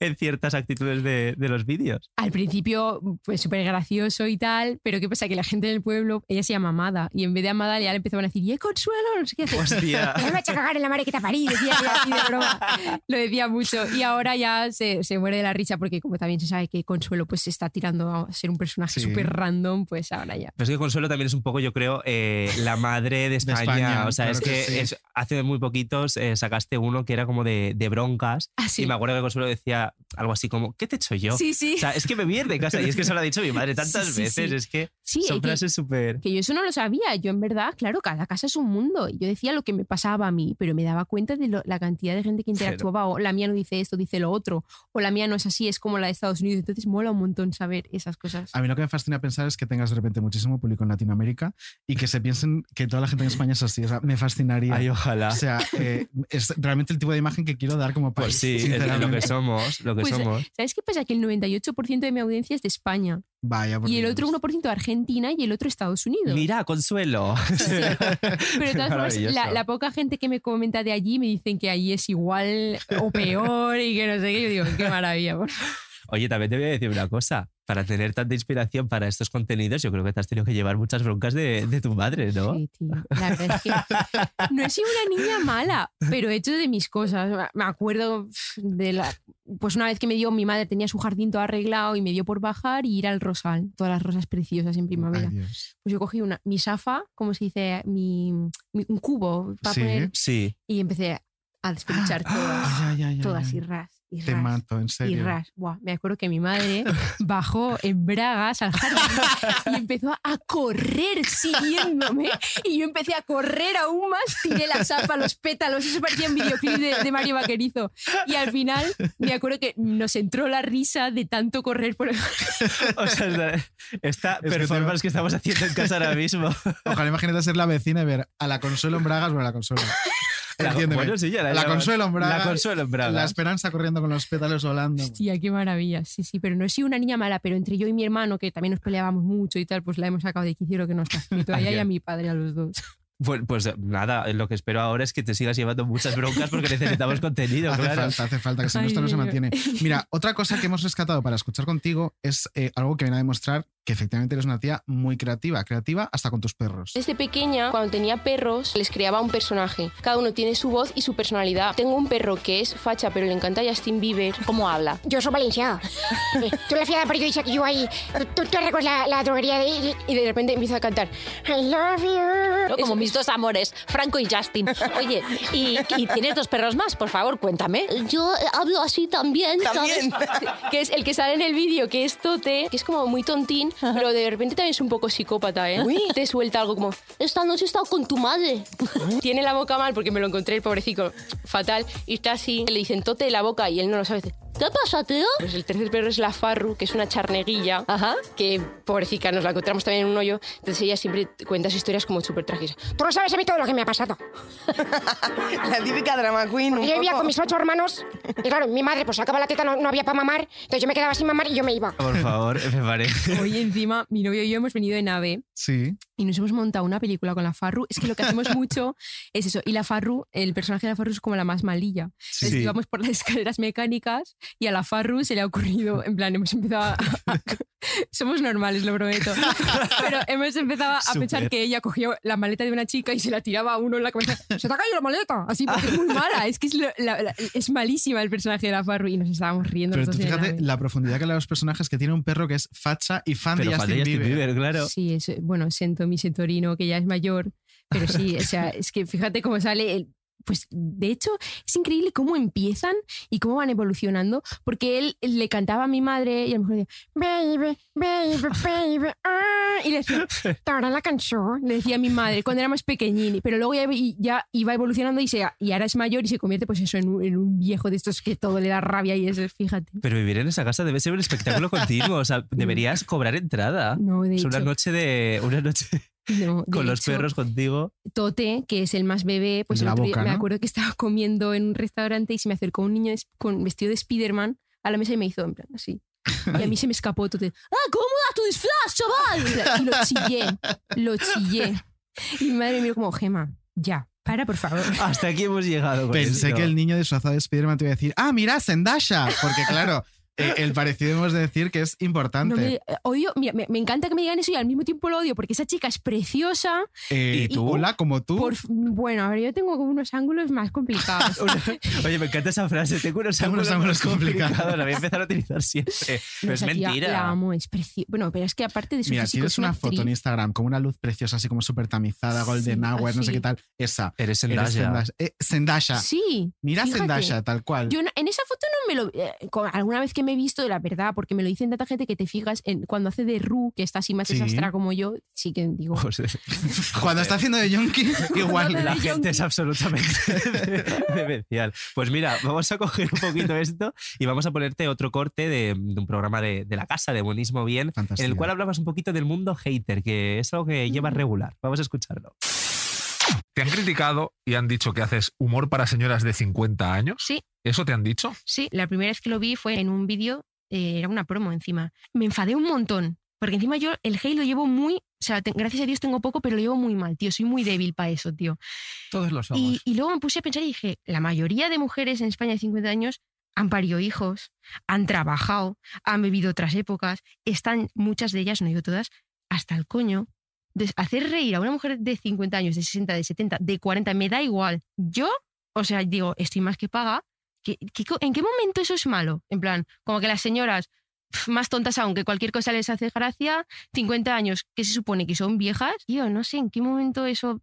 en ciertas actitudes de, de los
(laughs)
vídeos?
Al principio, pues súper gracioso y tal, pero ¿qué pasa? Que la gente del pueblo, ella se llama Amada, y en vez de Amada ya le empezaban a decir, ¡y Consuelo! No sé qué hacer.
Hostia.
No me echa a cagar en la madre que te ha parido", decía ella así de
(laughs)
broma. Lo decía mucho. Y ahora ya se, se muere de la risa, porque como también se sabe que Consuelo pues se está tirando a ser un personaje
Sí.
súper random, pues ahora ya.
Pero es que Consuelo también es un poco, yo creo, eh, la madre de España.
España,
o sea,
claro
es
que
que,
sí.
es- hace muy poquitos eh, sacaste uno que era como de, de broncas. Y me acuerdo que Consuelo decía algo así como, ¿qué te he hecho yo?
Oh.
Sí, sí.
O sea, es que me viene de casa. Y es que se lo ha dicho mi madre tantas
Sí, sí,
veces.
sí.
Es que
Sí,
son
es que-
frases súper...
Que yo eso no lo sabía. Yo, en verdad, claro, cada casa es un mundo. Y Yo decía lo que me pasaba a mí, pero me daba cuenta de lo- la cantidad de gente que interactuaba. O la mía no dice esto, dice lo otro. O la mía no es así, es como la de Estados Unidos. Entonces mola un montón saber esas cosas.
A mí lo que me fascina pensar es que tengas de repente muchísimo público en Latinoamérica y que se piensen que toda la gente en España es así. O sea, me fascinaría.
Ay, ojalá.
O sea, eh, es realmente el tipo de imagen que quiero dar como país.
Pues sí, es lo que
sinceramente.
somos, lo que
Pues,
somos.
¿Sabes qué pasa? Que el 98% de mi audiencia es de España.
Vaya, pues, por
Y el
Dios.
otro 1% Argentina y el otro Estados Unidos. (laughs)
Mira, Consuelo.
(laughs)
Pero de todas formas, la,
Maravilloso.
la poca gente que me comenta de allí me dicen que allí es igual o peor y que no sé qué. Yo digo, qué maravilla. por favor.
(laughs) Oye, también te voy a decir una cosa. Para tener tanta inspiración para estos contenidos, yo creo que te has tenido que llevar muchas broncas de, de tu madre, ¿no?
Sí, tío. La verdad es que no he sido una niña mala, pero he hecho de mis cosas. Me acuerdo pf, de la. Pues una vez que me dio, mi madre tenía su jardín todo arreglado y me dio por bajar y ir al rosal, todas las rosas preciosas en
Ay,
primavera.
Dios.
Pues yo cogí una, mi safa, como se dice, mi, mi- un cubo para
Sí.
poner,
Sí.
y empecé
(gasps)
a despechar todas,
Ay, ay, ay, ay,
todas
ay.
y ras, y
Te
ras.
mato, en serio.
Y ras, Buah, me acuerdo que mi madre bajó en bragas al jardín y empezó a correr (laughs) siguiéndome. Y yo empecé a correr aún más, tiré la zapa, los pétalos, eso parecía un videoclip de, de Mario Vaquerizo. Y al final me acuerdo que nos entró la risa de tanto correr por el
O sea, esta- esta
que
performance que,
tengo-
estamos haciendo en casa ahora mismo.
Ojalá imagínate ser la vecina y ver a la Consuelo en Bragas, bueno, a la
(laughs)
Consuelo.
La-
(laughs) Entiéndeme.
bueno, sí, ya la
la
llamas.
Consuelo en Bragas.
La Consuelo en
La
Bragas.
Esperanza corriendo con los pétalos volando.
Hostia, qué maravilla. Sí, sí, pero no he sido una niña mala, pero entre yo y mi hermano, que también nos peleábamos mucho y tal, pues la hemos sacado de quicio lo que no está escrito. A ella y a mi padre, a los dos.
Pues, pues nada, lo que espero ahora es que te sigas llevando muchas broncas porque
(laughs)
necesitamos contenido,
Hace
claro.
falta, hace falta, que si no
Ay,
esto no se
niño. (laughs)
mantiene. Mira, otra cosa que hemos rescatado para escuchar contigo es eh, algo que viene a demostrar que efectivamente eres una tía muy creativa, creativa hasta con tus perros.
Desde pequeña, cuando tenía perros, les creaba un personaje. Cada uno tiene su voz y su personalidad. Tengo un perro que es facha, pero le encanta Justin Bieber. ¿Cómo habla?
Yo soy (laughs) valenciano. Eh, Tú la fiada pero yo dice que yo ahí. Tú te arreglas la, la droguería de.
Y de repente empieza a cantar.
I love you.
Como mis dos amores, Franco y Justin. Oye, ¿y, y tienes dos perros más? Por favor, cuéntame.
Yo
eh,
hablo así también.
También.
(laughs) Que es el que sale en el vídeo, que es Tote, que es como muy tontín, pero de repente también es un poco psicópata, ¿eh?
Uy.
Te suelta algo como...
Esta noche he estado con tu madre.
Tiene la boca mal porque me lo encontré el pobrecito fatal y está así. Le dicen tote de la boca y él no lo sabe.
¿Qué pasa, tío?
Pues el tercer perro es la Farru, que es una charneguilla, que pobrecita, nos la encontramos también en un hoyo. Entonces ella siempre cuenta sus historias como súper trágicas.
Tú no sabes a mí todo lo que me ha pasado.
La típica drama queen.
Porque
un
yo vivía
poco.
con mis ocho hermanos y claro, mi madre pues sacaba la teta, no, no había para mamar, entonces yo me quedaba sin mamar y yo me iba.
Por favor, me parece.
Hoy encima, mi novio y yo hemos venido de nave
Sí.
y nos hemos montado una película con la Farru. Es que lo que
(laughs)
hacemos mucho es eso. Y la Farru, el personaje de la Farru es como la más malilla. Entonces
Sí.
íbamos por las (laughs) escaleras mecánicas y a la Farru se le ha ocurrido, en plan, hemos empezado a...
(laughs)
a- somos normales, lo prometo. Pero hemos empezado a
Súper.
pensar que ella cogió la maleta de una chica y se la tiraba a uno en la cabeza. ¡Se te ha caído la maleta! Así, porque es muy mala. Es que es, lo- la- la- es malísima el personaje de la Farru y nos estábamos riendo.
Pero
los
tú
dos en el
fíjate
AVE.
la profundidad que le da a los personajes que tiene un perro que es facha y fan
Pero
de
falta
Justin
Justin
Bieber.
Bieber, claro.
Sí, es, bueno, siento mi setorino que ya es mayor, pero sí,
(laughs)
o sea, es que fíjate cómo sale el- Pues de hecho, es increíble cómo empiezan y cómo van evolucionando, porque él le cantaba a mi madre y a lo mejor decía,
Baby, baby, baby. ah,
y le decía,
(laughs)
¿Te habrá la canción?
le decía a mi madre cuando éramos pequeñini, pero luego ya, y- ya iba evolucionando y, se, y ahora es mayor y se convierte pues eso en un, en un viejo de estos que todo le da rabia y eso, fíjate.
Pero vivir en esa casa debe ser un
(laughs)
espectáculo continuo. O sea, deberías cobrar entrada.
No, de
Es una
hecho,
noche de. Una noche
no, de
Ah, pues con los
hecho,
perros contigo.
Tote, que es el más bebé, pues
De
el
la
otro día
boca,
me
¿no?
acuerdo que estaba comiendo en un restaurante y se me acercó un niño es- con vestido de Spiderman a la mesa y me hizo en plan
(laughs)
así. Y a mí se me escapó Tote. ¡Ah, cómo da tu disfraz, chaval! Y lo chillé, lo chillé. Y mi madre me miró como, Gema, ya. Para, por favor.
Hasta aquí hemos llegado. con
Pensé
esto. (laughs)
que el niño disfrazado de Spiderman te iba a decir, ah, mira, Zendaya. Porque claro, (laughs) eh, el parecido hemos de decir que es importante.
No me- eh, odio, mira, me, me encanta que me digan eso y al mismo tiempo lo odio porque esa chica es preciosa.
Eh,
y-
tú, hola, como tú.
Por, bueno, a ver, yo tengo como unos ángulos
(laughs)
más complicados.
Oye, me encanta esa frase. Tengo unos
Tengo unos
ángulos,
ángulos
complicados.
complicados.
La voy a empezar a utilizar siempre.
No,
Pero es
esa tía
mentira.
La amo, es preciosa. Bueno, pero es que aparte de su
Mira,
físico,
tienes
es una,
una foto en
actriz.
Instagram con una luz preciosa, así como súper tamizada, golden hour, no sé
así.
qué tal. Esa.
Eres
Eres
Zendaya.
Zendaya. Eh, Zendaya.
Sí.
Mira
fíjate.
Zendaya, tal cual.
Yo no- en esa foto no me lo. eh, con- alguna vez que me he visto, la verdad, porque me lo dicen tanta gente que te fijas en cuando hace de Ru, que está así más
Sí.
desastra como yo, sí que digo.
Cuando está haciendo de
(laughs)
Yonki, igual.
La gente es absolutamente (laughs) demencial. Pues mira, vamos a coger un poquito esto y vamos a ponerte otro corte de, de un programa de, de la casa de Buenismo Bien, en
Fantasía.
el cual hablamos un poquito del mundo hater, que es algo que
Mm.
lleva regular. Vamos a escucharlo.
¿Te han criticado y han dicho que haces humor para señoras de 50 años?
Sí.
¿Eso te han dicho?
Sí, la primera vez que lo vi fue en un vídeo, eh, era una promo encima. Me enfadé un montón, porque encima yo el hate lo llevo muy, o sea, te- gracias a Dios tengo poco, pero lo llevo muy mal, tío, soy muy débil para eso, tío.
(laughs) Todos lo
Y, y luego me puse a pensar y dije, la mayoría de mujeres en España de 50 años han parido hijos, han trabajado, han vivido otras épocas, están muchas de ellas, no digo todas, hasta el coño. Entonces, hacer reír a una mujer de 50 años, de 60, de 70, de 40, me da igual. Yo, o sea, digo, estoy más que paga. ¿Qué- qué co- en qué momento eso es malo? En plan, como que las señoras, pf, más tontas aún, que cualquier cosa les hace gracia, 50 años, que se supone que son viejas. Yo no sé en qué momento eso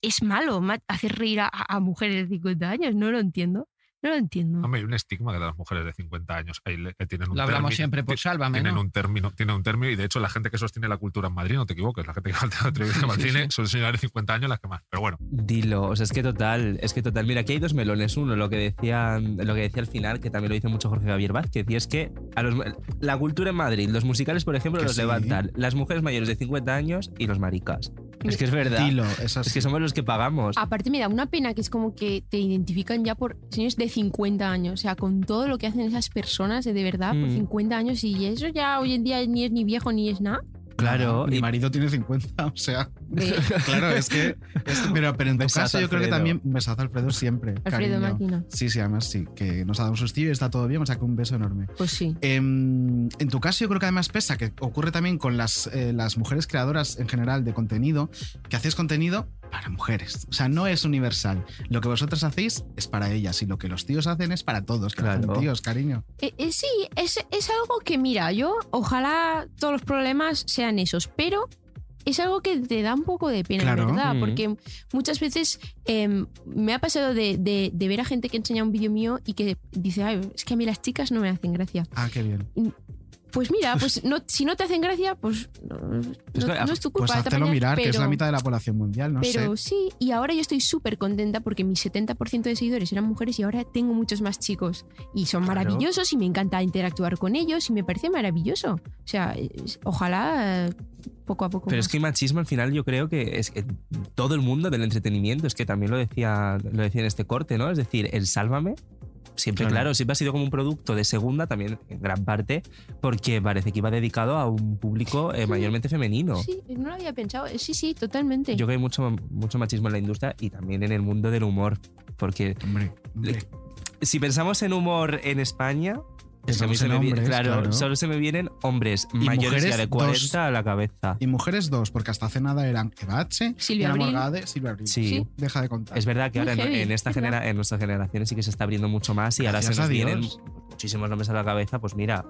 es malo, ma- hacer reír a, a mujeres de 50 años. No lo entiendo. No lo entiendo.
Hombre, hay un estigma de las mujeres de 50 años. Ahí le- eh, tienen un
Lo hablamos
término-
siempre por
ti-
Sálvame,
Tienen
¿no?
un término, tienen un término y de hecho la gente que sostiene la cultura en Madrid, no te equivoques, la gente que va al teatro y
Sí,
que más
sí,
cine
sí.
son señoras de 50 años las que más. Pero bueno,
Dilo, o sea, es que total, es que total. Mira, aquí hay dos melones. Uno, lo que decía, lo que decía al final, que también lo dice mucho Jorge Javier Vázquez, y es que a los, la cultura en Madrid, los musicales, por ejemplo,
Que
los
sí.
levantan las mujeres mayores de 50 años y los maricas. Es que es verdad.
Dilo,
es que somos los que pagamos.
Aparte me da una pena que es como que te identifican ya por señores de 50 años, o sea, con todo lo que hacen esas personas de verdad por
Mm.
50 años y eso ya hoy en día ni es ni viejo ni es nada.
Claro.
Mi
y-
marido tiene 50, o sea.
Ve.
Claro, es que. es- pero,
(laughs)
pero en tu
Besazo,
caso, yo creo que
Alfredo.
también. Un besazo, Alfredo, siempre. cariño.
Alfredo, máquina.
Sí, sí, además sí. Que nos ha dado un sustillo y está todo bien. O sea, que un beso enorme.
Pues sí.
Em, en tu caso, yo creo que además pesa, que ocurre también con las, eh, las mujeres creadoras en general de contenido, que hacéis contenido para mujeres. O sea, no es universal. Lo que vosotras hacéis es para ellas y lo que los tíos hacen es para todos. Que lo hacen
Claro.
tíos, cariño.
Eh, eh, sí, es, es algo que mira, yo ojalá todos los problemas sean esos, pero es algo que te da un poco de pena,
Claro.
¿verdad?
Mm.
Porque muchas veces em, me ha pasado de, de- de ver a gente que enseña un vídeo mío y que dice, Ay, es que a mí las chicas no me hacen gracia.
Ah, qué bien.
Pues mira,
(laughs)
pues no, si no te hacen gracia, pues no, no- no es tu culpa.
Pues
te
hacelo
apañas,
mirar, que es la
pero-
mitad de la población mundial, no
pero
sé.
sí, y ahora yo estoy súper contenta porque mi 70% de seguidores eran mujeres y ahora tengo muchos más chicos. Y son
Claro.
maravillosos y me encanta interactuar con ellos y me parece maravilloso. O sea, es- ojalá eh, poco a poco.
Pero es
más.
que el machismo al final yo creo que es que todo el mundo del entretenimiento, es que también lo decía, lo decía en este corte, ¿no? Es decir, el sálvame. Siempre,
Claro.
claro. siempre ha sido como un producto de segunda, también en gran parte, porque parece que iba dedicado a un público eh, mayormente femenino.
Sí, no lo había pensado. Sí, sí, totalmente.
Yo creo que hay mucho, mucho machismo en la industria y también en el mundo del humor, porque si pensamos en humor en España, es que a mí
Pensamos
se
en
me vi-
hombres,
claro,
claro.
solo se me vienen hombres
Y
mayores
mujeres,
ya de
dos.
40 a la cabeza.
Y mujeres dos, porque hasta hace nada eran Ebache,
Silvia
Ana
Abril.
Morgade, Silvia Abril.
Sí. Sí.
Deja de contar.
Es verdad que
Muy
ahora en,
heavy,
en esta
es verdad.
genera- en nuestras generaciones sí que se está abriendo mucho más y ahora se
Gracias
nos
a Dios. Pues
vienen muchísimos nombres a la cabeza. Pues mira,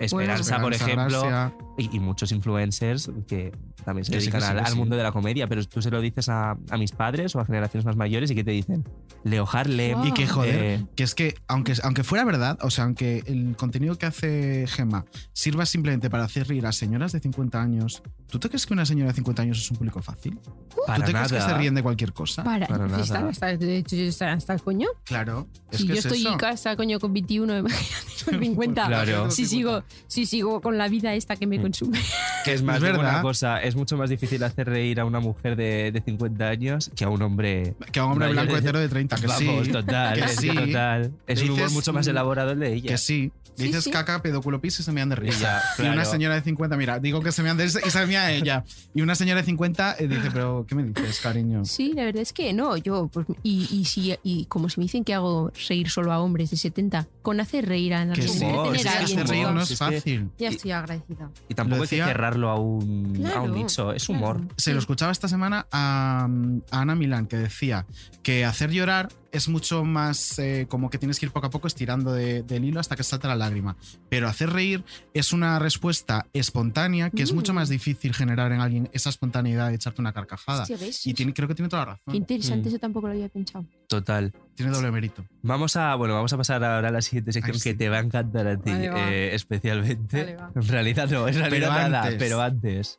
Esperanza, por
Esperanza, Gracia.
ejemplo, y, y muchos influencers que también se
Que sí,
dedican
que sí,
al,
que
al
sí.
mundo de la comedia. Pero tú se lo dices a, a mis padres o a generaciones más mayores y que te dicen, Leo Harlem.
Y que joder,
eh,
que es que aunque, aunque fuera verdad, o sea, aunque el contenido que hace Gemma sirva simplemente para hacer reír a señoras de 50 años, ¿tú te crees que una señora de 50 años es un público fácil?
para
¿Tú te crees
nada.
que se ríen de cualquier cosa?
Para,
para
pues,
nada.
están hasta, de hecho, yo están hasta el coño.
Claro, es
si
que
yo
es
estoy
eso.
hasta el coño con (laughs) 21, imagínate con 50.
(laughs)
Claro.
Si, sigo, si sigo con la vida esta que me consume. (laughs)
Que es más
Es
digo
verdad.
una cosa, es mucho más difícil hacer reír a una mujer de, de 50 años que a un hombre
Que a un hombre
mayor
blanco hetero de 30, que sí.
Vamos, total,
Que
es que
sí.
total. Es
Le
un humor
dices-
mucho más elaborado el de ella.
Que sí. Le dices caca, pedóculo pis y se me han de risa.
Ya,
Y una
claro.
señora de 50, mira, digo que se me han de risa y se me a ella. Y una señora de 50 eh, dice, pero ¿qué me dices, cariño?
Sí, la verdad es que no, yo, pues, y, y, si- y como si me dicen que hago reír solo a hombres de 70, con hacer reír a la
Que sí.
entretener
Es que
a
hacer
alguien,
reír
chicos.
no es fácil.
Ya estoy agradecida.
Y tampoco hay que
decía-
cerrarlo a un, a
Claro,
un nicho, es humor.
Se lo escuchaba esta semana a, a Ana Milán, que decía que hacer llorar es mucho más eh, como que tienes que ir poco a poco estirando de- del hilo hasta que salta la lágrima. Pero hacer reír es una respuesta espontánea que es mucho más difícil generar en alguien esa espontaneidad de echarte una carcajada.
Hostia, ¿ves?
y tiene- creo que tiene toda la razón.
Qué interesante,
Mm.
eso tampoco lo había pensado.
Total.
Tiene doble mérito.
Vamos a, bueno, vamos a pasar ahora a la siguiente sección que te va a encantar a ti
Vale, va.
eh, especialmente.
Vale, va.
En realidad no, en realidad
Pero
nada,
antes.
pero antes.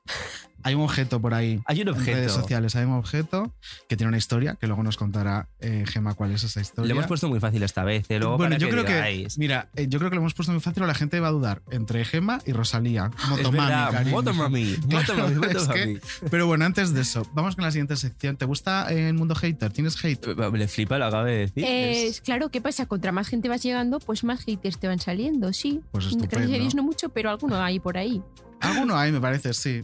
Hay un objeto por ahí.
Hay un
En
objeto.
redes sociales hay un objeto que tiene una historia que luego nos contará eh, Gemma cuál es esa historia.
Le hemos puesto muy fácil esta vez, eh, luego
bueno,
para
yo creo
digáis.
que. Mira, eh, yo creo que lo hemos puesto muy fácil o la gente va a dudar entre Gemma y Rosalía. Motomami,
verdad,
cariño.
Motomami,
(laughs) Claro,
Motomami,
es
Motomami.
que- pero bueno, antes de eso, vamos con la siguiente sección. ¿Te gusta eh, el mundo hater? ¿Tienes hate?
Le flipa, lo acabo de decir.
Eh, claro, ¿qué pasa? Contra más gente vas llegando, pues más haters te van saliendo, sí.
Pues
Gracias a
estupendo.
Dios no mucho, pero alguno hay por ahí.
Alguno hay, me parece, sí.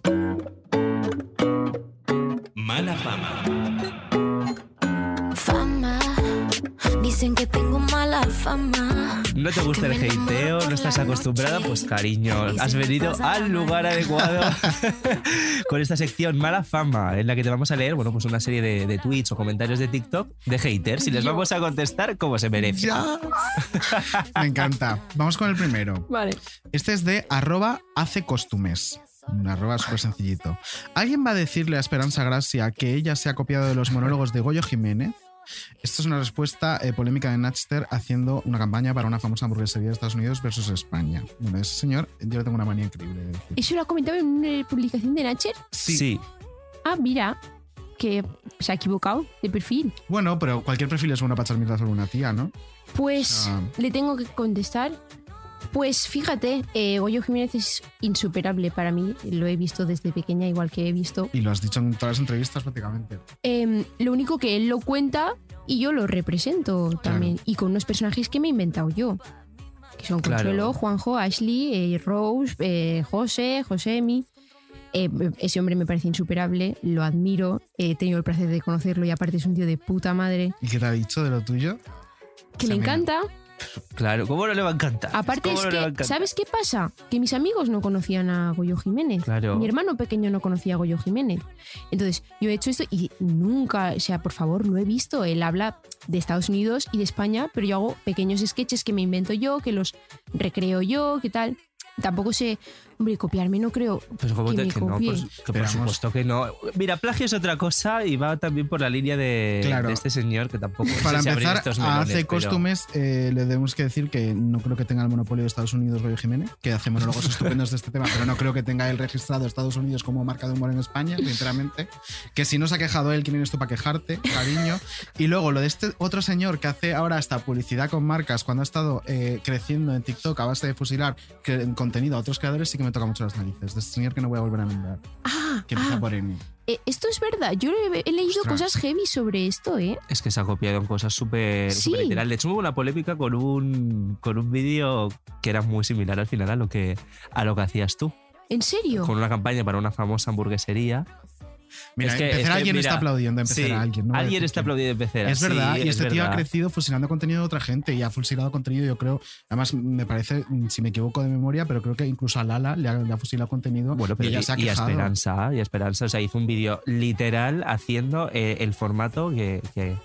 Mala fama.
Fama, dicen que tengo mala fama.
No te gusta el hateo, no estás acostumbrada, pues cariño, has venido al lugar adecuado
(laughs)
con esta sección Mala Fama, en la que te vamos a leer, bueno, pues una serie de, de tweets o comentarios de TikTok de haters y les vamos a contestar como se merece.
Me encanta. Vamos con el primero.
Vale.
Este es de arroba hace costumes. Un arroba súper sencillito. ¿Alguien va a decirle a Esperanza Gracia que ella se ha copiado de los monólogos de Goyo Jiménez? Esto es una respuesta eh, polémica de Napster haciendo una campaña para una famosa hamburguesería de Estados Unidos versus España. Bueno, ese señor, yo le tengo una manía increíble de decir.
¿Eso lo ha comentado en una publicación de Nacher?
Sí.
Ah, mira, que se ha equivocado de perfil.
Bueno, pero cualquier perfil es bueno para echar mierda sobre una tía, ¿no?
Pues
Ah.
le tengo que contestar. Pues fíjate, eh, Goyo Jiménez es insuperable para mí. Lo he visto desde pequeña, igual que he visto.
Y lo has dicho en todas las entrevistas prácticamente.
Em, lo único que él lo cuenta y yo lo represento también. Y con unos personajes que me he inventado yo. Que son
Claro.
Consuelo, Juanjo, Ashley, eh, Rose, eh, José, Josemi. Eh, ese hombre me parece insuperable, lo admiro, eh, he tenido el placer de conocerlo y aparte es un tío de puta madre
¿Y qué te ha dicho de lo tuyo?
que le
mira.
encanta.
Claro, ¿cómo no le va a encantar?
Aparte
¿Cómo
es
no le va a
que,
encantar?
¿sabes qué pasa? Que mis amigos no conocían a Goyo Jiménez.
Claro.
Mi hermano pequeño no conocía a Goyo Jiménez. Entonces, yo he hecho esto y nunca, o sea, por favor, lo he visto. Él habla de Estados Unidos y de España, pero yo hago pequeños sketches que me invento yo, que los recreo yo, que tal. Tampoco sé, hombre, copiarme no creo
Pues como
que
te-
me
que no,
copie.
por, su- que por supuesto que no. Mira, plagio es otra cosa y va también por la línea de,
Claro.
de este señor que tampoco sé
Para
si abrir
empezar,
estos
a
melones,
Hace
pero-
Costumes eh, le tenemos que decir que no creo que tenga el monopolio de Estados Unidos Goyo Jiménez, que
(laughs)
hace monólogos estupendos de este tema, pero no creo que tenga el registrado Estados Unidos como marca de humor en España, sinceramente. Que si no se ha quejado él, ¿quién eres tú para quejarte, cariño? Y luego lo de este otro señor que hace ahora hasta publicidad con marcas cuando ha estado eh, creciendo en TikTok a base de fusilar cre- contenido a otros creadores, sí que me toca mucho las narices. De este señor que no voy a volver a nombrar. que
Ah.
empieza por N.
Ah, Eh, esto es verdad, yo he, he leído
Ostras.
cosas heavy sobre esto, ¿eh?
Es que se ha copiado en cosas súper
Sí.
súper literal. De hecho, hubo una polémica con un, con un vídeo que era muy similar al final a lo que, a lo que hacías tú.
¿En serio?
Con una campaña para una famosa hamburguesería.
Mira, Empezar alguien
mira,
está aplaudiendo, empezar
sí,
a alguien. ¿no?
alguien está aplaudiendo Empezar.
Es
sí,
verdad, y este
es
tío ha
verdad.
crecido fusilando contenido de otra gente y ha fusilado contenido, yo creo. Además, me parece, mm, si me equivoco de memoria, pero creo que incluso a Lala le ha, le ha fusilado contenido
Bueno, pero
y
y,
ya se ha
y a
quejado.
Esperanza, y a Esperanza, o sea, hizo un vídeo literal haciendo eh, el formato que, que,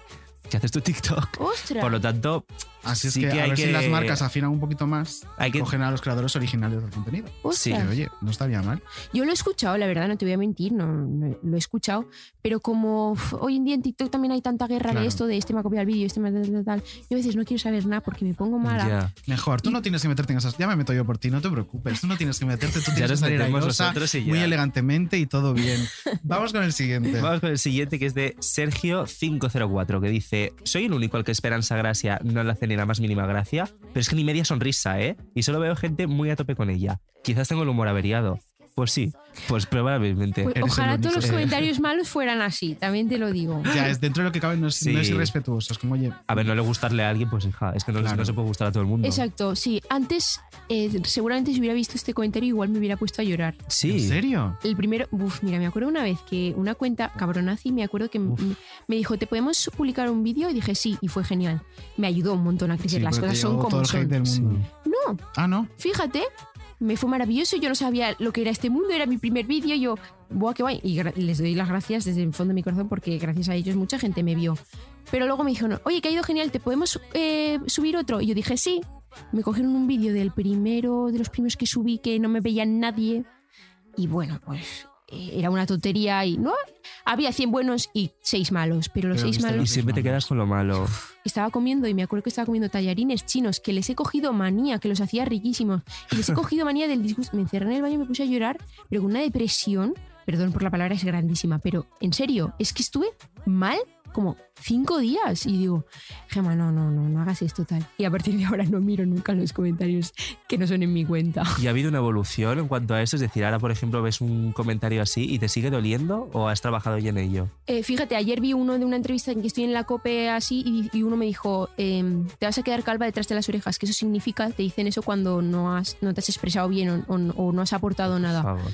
que haces tu TikTok.
¡Ostras!
Por lo tanto,
Así es
sí
que, a
hay
ver
que
si las marcas afinan un poquito más,
Hay que-
cogen a los creadores originales del contenido.
Ostras.
Que, oye, no estaría mal.
Yo lo he escuchado, la verdad, no te voy a mentir, no, no- lo he escuchado, pero como uf, hoy en día en TikTok también hay tanta guerra
Claro.
de esto, de este me ha copiado el vídeo, este me ha tal, tal, tal, yo a veces no quiero saber nada porque me pongo mala.
Mejor, tú no tienes que meterte en esas. Ya me meto yo por ti, no te preocupes. Tú no tienes que meterte, tú tienes que
nos
salir
metemos
airosa,
nosotros y ya.
muy elegantemente y todo bien. Vamos con el siguiente.
Vamos con el siguiente que es de Sergio504 que dice: Soy el único al que Esperanza Gracia no le hace ni la más mínima gracia, pero es que ni media sonrisa, ¿eh? Y solo veo gente muy a tope con ella. Quizás tengo el humor averiado. Pues sí, pues probablemente.
Pues ojalá todos los
(laughs)
comentarios malos fueran así, también te lo digo.
Ya, es dentro de lo que cabe, no es,
Sí.
no es irrespetuoso. Es como, oye,
A ver, no le gustarle a alguien, pues hija, es que no, no se puede gustar a todo el mundo.
Exacto, sí. Antes, eh, seguramente si hubiera visto este comentario, igual me hubiera puesto a llorar.
Sí. ¿En serio?
El primero, uf, mira, me acuerdo una vez que una cuenta cabronazi, me acuerdo que m- me dijo, ¿te podemos publicar un vídeo? Y dije, sí, y fue genial. Me ayudó un montón a crecer,
sí,
las
pero te
cosas son
llegó todo
como
el hate
son.
del mundo.
No,
Ah, no.
fíjate, me fue maravilloso, yo no sabía lo que era este mundo, era mi primer vídeo, yo, ¡buah, qué guay! Y gra- les doy las gracias desde el fondo de mi corazón porque gracias a ellos mucha gente me vio. Pero luego me dijeron, oye, que ha ido genial, ¿te podemos eh, subir otro? Y yo dije, sí. Me cogieron un vídeo del primero, de los primeros que subí, que no me veía nadie. Y bueno, pues eh, era una tontería y no, había 100 buenos y 6 malos, pero los 6 malos
Y siempre te quedas con lo malo.
estaba comiendo y me acuerdo que estaba comiendo tallarines chinos que les he cogido manía, que los hacía riquísimos. Y les he cogido manía del disgusto. Me encerré en el baño y me puse a llorar, pero con una depresión, perdón por la palabra, es grandísima, pero en serio, es que estuve mal como cinco días y digo, Gemma, no, no, no, no hagas esto tal. Y a partir de ahora no miro nunca los comentarios que no son en mi cuenta.
¿Y ha habido una evolución en cuanto a eso? Es decir, ahora, por ejemplo, ves un comentario así y te sigue doliendo o has trabajado ya en ello?
Eh, fíjate, ayer vi uno de una entrevista en que estoy en la COPE así y, y uno me dijo, em, te vas a quedar calva detrás de las orejas, que eso significa, te dicen eso cuando no, has, no te has expresado bien o, o- o no has aportado nada.
Por favor.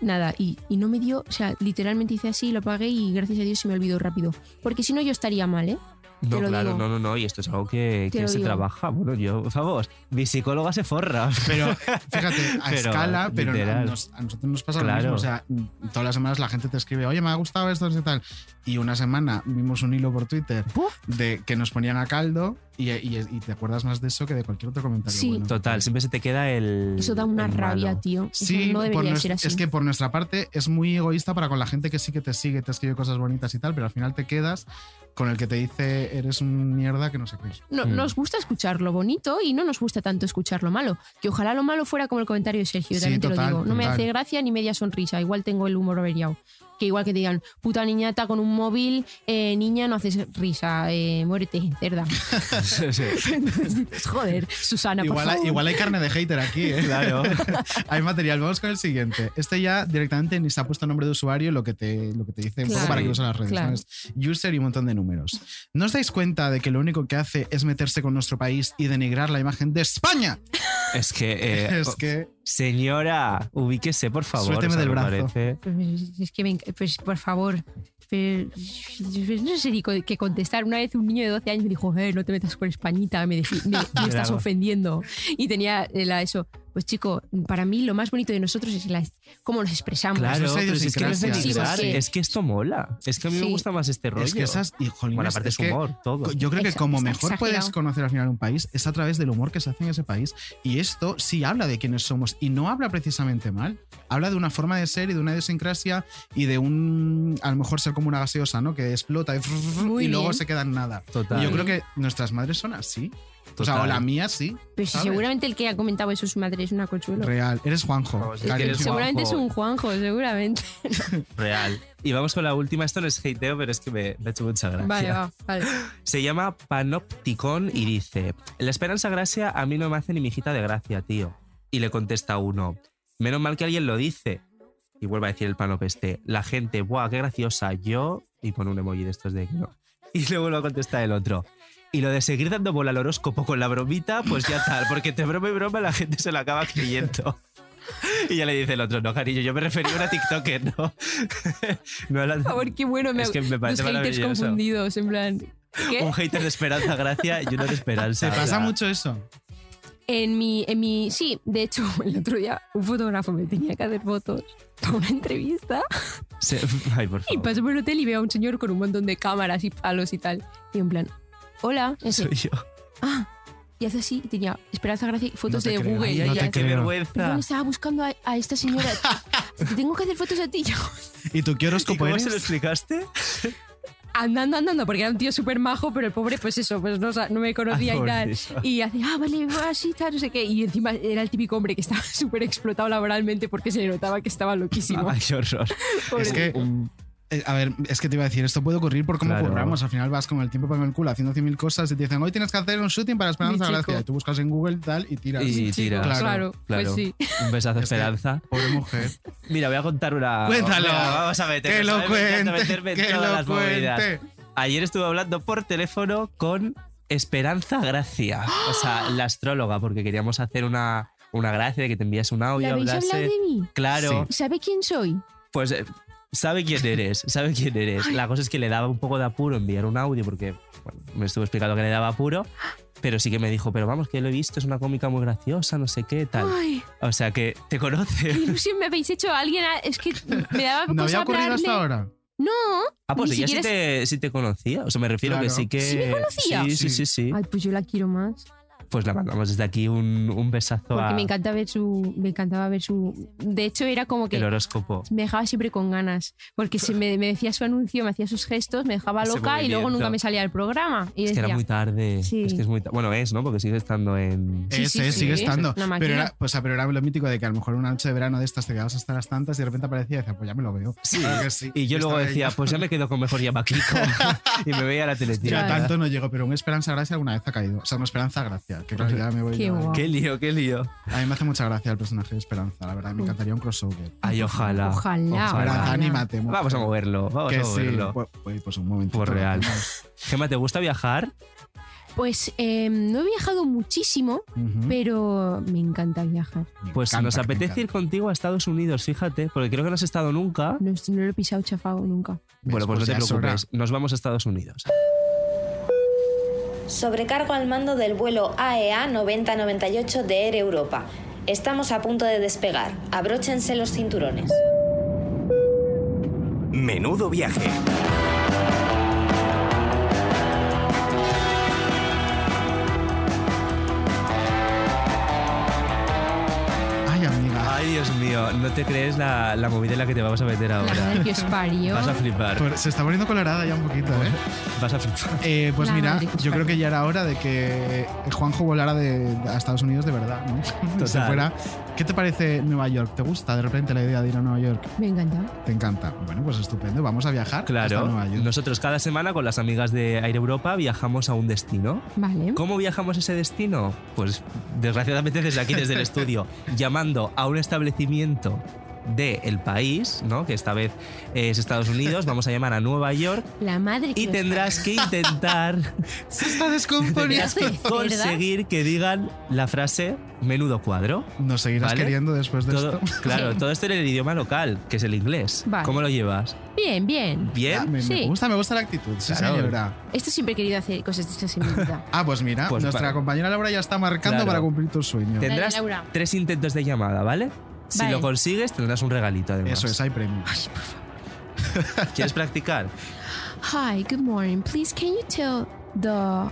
Nada, y, y no me dio, o sea, literalmente hice así, lo apagué y gracias a Dios se me olvidó rápido. Porque si no yo estaría mal, ¿eh?
No,
Te lo
claro,
digo.
no, no, no. Y esto es algo que,
Te
que
lo
se
digo.
trabaja. Bueno, yo, por favor, mi psicóloga se
(laughs)
forra.
Pero, fíjate, (laughs) a escala, pero
literal.
nos- a nosotros nos pasa
Claro.
lo mismo. O sea, todas las semanas la gente te escribe, oye, me ha gustado esto y tal. Y una semana vimos un hilo por Twitter de que nos ponían a caldo y, y- y te acuerdas más de eso que de cualquier otro comentario.
Sí.
bueno.
Total, siempre se te queda el.
Eso da una
el malo.
rabia, tío. Eso
Sí,
no
por
debería
nues-
ser así.
es que por nuestra parte es muy egoísta para con la gente que sí que te sigue, te escribe cosas bonitas y tal, pero al final te quedas con el que te dice eres un mierda que no sé qué.
No,
Mm. (laughs)
Nos gusta escuchar lo bonito y no nos gusta tanto escuchar lo malo. Que ojalá lo malo fuera como el comentario de Sergio,
Sí,
también te
total,
lo digo. No me
total.
hace gracia ni media sonrisa, igual tengo el humor averiado. Que igual que te digan, puta niñata con un móvil, eh, niña no haces risa, eh, muérete,
(laughs)
cerda. Entonces dices, joder, Susana,
pues
por
Igual hay,
favor.
igual hay carne de hater aquí, ¿eh?
Claro.
(laughs) hay material. Vamos con el siguiente. Este ya directamente ni se ha puesto nombre de usuario, lo que te, lo que te dice un
Claro.
poco para que usen las redes.
Claro.
¿no? Es user y un montón de números. ¿No os dais cuenta de que lo único que hace es meterse con nuestro país y denigrar la imagen de España?
Es que. eh,
(laughs) Es que-
Señora, ubíquese, por favor.
Suélteme
o sea,
del
me
brazo.
parece-
Pues, es que me enc- pues, por favor. pero- pues, no sé ni co- qué contestar. Una vez un niño de 12 años me dijo, eh, no te metas con Españita, me, defi- me-
(laughs)
me estás
Claro.
ofendiendo. Y tenía eh, la, eso. Pues chico, para mí lo más bonito de nosotros es la- cómo nos expresamos.
Claro, pero si es que no es
Sí,
denigrar,
porque-
es que esto mola. Es que a mí me
Sí.
gusta más este rollo.
Es que esas. Y, jolines,
bueno, aparte
es
es,
que
humor, todo.
Yo creo que
Exa-
como
está
mejor puedes
exagerado.
conocer al final un país es a través del humor que se hace en ese país. Y esto sí habla de quiénes somos y no habla precisamente mal. Habla de una forma de ser y de una idiosincrasia y de un, a lo mejor ser como una gaseosa, ¿no? Que explota y, (laughs)
Muy
y luego
bien.
se queda en nada.
Total.
Y yo creo que nuestras madres son así. O
Total.
sea, o la mía sí.
Pero
¿sabes?
si Pues, seguramente el que ha comentado eso su madre es una consuelo.
Real. Eres Juanjo.
Vamos, es que
Cariño.
eres
Seguramente es
Juanjo.
un Juanjo, seguramente.
Real. Y vamos con la última. Esto no es hateo, pero es que me, me ha hecho mucha gracia.
Vale, va, Ah, vale.
Se llama Panopticon y dice: La esperanza gracia a mí no me hace ni mi hijita de gracia, tío. Y le contesta uno: Menos mal que alguien lo dice. Y vuelve a decir el panopeste: La gente, ¡buah, qué graciosa! Yo. Y pone un emoji de estos de que no. (laughs) Y le vuelve a contestar el otro. Y lo de seguir dando bola al horóscopo con la bromita, pues ya tal, porque te broma y broma la gente se la acaba creyendo. (laughs) Y ya le dice el otro, no, cariño, yo me refería a una TikToker, ¿no? (laughs) no a la-
Por favor, qué bueno. Me
Es
ha-
que me parece
los haters
maravilloso.
confundidos, en plan... ¿Qué?
Un hater de esperanza, gracia y uno de esperanza.
¿Te
o sea.
pasa mucho eso?
En mi, en mi, sí, de hecho, (laughs) el otro día un fotógrafo me tenía que hacer fotos para una entrevista
Se- (laughs) Ay, por
y
favor.
paso por el hotel y veo a un señor con un montón de cámaras y palos y tal. Y en plan, hola, ese.
Soy yo.
Ah, y hace así y tenía Esperanza Gracia y fotos
No te
de
creo.
Google.
Ay,
Y
ay,
ella,
ay, qué vergüenza.
Perdón, estaba buscando a, a
(laughs)
esta señora. Te tengo que hacer fotos a ti. Yo,
¿Y tú
(laughs)
qué
¿Y
horóscopo
cómo
eres?
se lo explicaste?
andando, andando, porque era un tío súper majo, pero el pobre, pues eso, pues no, sa- no me conocía
Ah,
y tal.
pobrecito.
Y hace, ah, vale, así, tal, no sé qué. Y encima era el típico hombre que estaba (laughs) súper explotado laboralmente porque se le notaba que estaba loquísimo.
Ay, qué horror.
Pobre.
Es que Eh, A ver, es que te iba a decir, esto puede ocurrir por cómo
Claro.
curramos. Al final vas con el tiempo para el culo haciendo 100.000 cosas y te dicen, hoy tienes que hacer un shooting para Esperanza
Mi chico.
Gracia. Y tú buscas en Google tal y tiras.
Y tiras.
pues
Un besazo,
Es que,
Esperanza.
Pobre mujer.
Mira, voy a contar una.
Cuéntalo.
Venga, vamos a meternos.
Que lo
a ver, me encanta
cuente,
meterme en
que
todas
lo
las movidas.
cuente.
Ayer estuve hablando por teléfono con Esperanza Gracia, o sea, la astróloga, porque queríamos hacer una, una gracia de que te envías un
¿Le
audio.
habéis
hablase.
hablado de mí?
Claro.
¿Sabe quién soy?
Pues eh, sabe quién eres, sabe quién eres. La cosa es que le daba un poco de apuro enviar un audio porque bueno, me estuvo explicando que le daba apuro, pero sí que me dijo, pero vamos, que lo he visto, es una cómica muy graciosa, no sé qué, tal.
Ay.
O sea que te
Qué
conoce.
ilusión me habéis hecho a alguien. a- Es que me
(laughs)
daba
¿No
cosa
había ocurrido
hablarle.
hasta ahora?
No.
Ah, pues
ni
ella sí
siquiera es-
te, sí te conocía. O sea, me refiero que
Claro.
sí que.
¿Sí me conocía?
Sí, sí, sí. sí.
Ay, pues yo la quiero más.
Pues la mandamos desde aquí un, un besazo a
Porque me encanta ver su. Me encantaba ver su. De hecho, era como que.
el horóscopo.
Me dejaba siempre con ganas. Porque se me, me decía su anuncio, me hacía sus gestos, me dejaba
Ese
loca y luego
movimiento.
nunca me salía del programa. Y
Es que
decía,
era muy tarde.
Sí.
Es que es muy ta- Bueno, es, ¿no? Porque sigue estando en.
Ese sigue estando.
Una
Pero
máquina.
era, pues, pero era lo mítico de que a lo mejor una noche de verano de estas te quedabas hasta las tantas y de repente aparecía y decía, pues ya me lo veo.
Sí.
Claro que sí.
Y yo luego
estaba ahí.
decía, pues ya me quedo con mejor
(laughs)
Yamaquico. (laughs) y me veía la
Yo
teletienda.
a tanto no llego, pero un Esperanza Gracia alguna vez ha caído. O sea, un Esperanza Gracia, que claro, ya me voy
Qué
yo. ¿eh?
guay.
Qué lío, qué lío.
A mí me hace mucha gracia el personaje de Esperanza, la verdad. Me encantaría un crossover.
Ay, ojalá.
Ojalá,
Esperanza, anímate. mujer.
Ah, Vamos a moverlo, vamos
Que
a
sí,
moverlo.
pues- pues, pues un momento.
Por real. Gemma, ¿te gusta viajar?
Pues eh, no he viajado muchísimo,
Ujú.
pero me encanta viajar.
Pues
encanta,
nos
que me
apetece ir contigo a Estados Unidos, fíjate, porque creo que no has estado nunca.
No, no lo he pisado
(laughs)
chafado nunca.
Bueno, pues,
Pues
no
ya
te
es hora.
preocupes, nos vamos a Estados Unidos.
Sobrecargo al mando del vuelo E AEA 9098 de Air Europa. Estamos a punto de despegar. Abróchense los cinturones.
Menudo viaje.
Ay, amiga.
Ay, Dios mío, no te crees la, la movida en la que te vamos a meter
La
ahora.
madre que os parió.
Vas a flipar.
Pues se está poniendo colorada ya un poquito,
Pues,
¿eh?
Vas a flipar.
Eh, pues
La
mira,
madre que os
yo creo que ya era hora de que Juanjo volara de, a Estados Unidos de verdad, ¿no? (laughs) Que se
Total.
fuera. ¿Qué te parece Nueva York? ¿Te gusta de repente la idea de ir a Nueva York?
Me encanta.
¿Te encanta? Bueno, pues estupendo. Vamos a viajar hasta
Claro,
Nueva York.
nosotros cada semana con las amigas de Aire Europa viajamos a un destino.
Vale.
¿Cómo viajamos a ese destino? Pues desgraciadamente desde aquí, desde el
(laughs)
estudio, llamando a un establecimiento del país, ¿no? que esta vez es Estados Unidos, vamos a llamar a Nueva
(laughs)
York
La madre que
y
os
tendrás que
(laughs)
intentar
(laughs) Se está
(laughs)
tendrás que conseguir que digan la frase menudo cuadro.
Nos seguirás
¿Vale?
queriendo después de
Pues
Todo-
esto.
(laughs)
Claro, todo esto en el idioma local, que es el inglés.
Vale.
¿Cómo lo llevas?
parió. Bien, bien.
¿Bien?
Ah, me, me
Sí.
gusta, me gusta la actitud. Sí,
Claro.
señora.
Esto siempre he querido hacer cosas de estas en mi vida.
Ah, pues mira,
Pues
nuestra
vale.
compañera Laura ya está marcando
Claro.
para cumplir tu sueño.
Dale,
Tendrás
Laura.
tres intentos de llamada, ¿vale? Si
Vale.
lo consigues, tendrás un regalito además.
Eso es, hay premio.
pues (laughs) ¿Quieres practicar?
Hi, good morning. Please, can you tell the.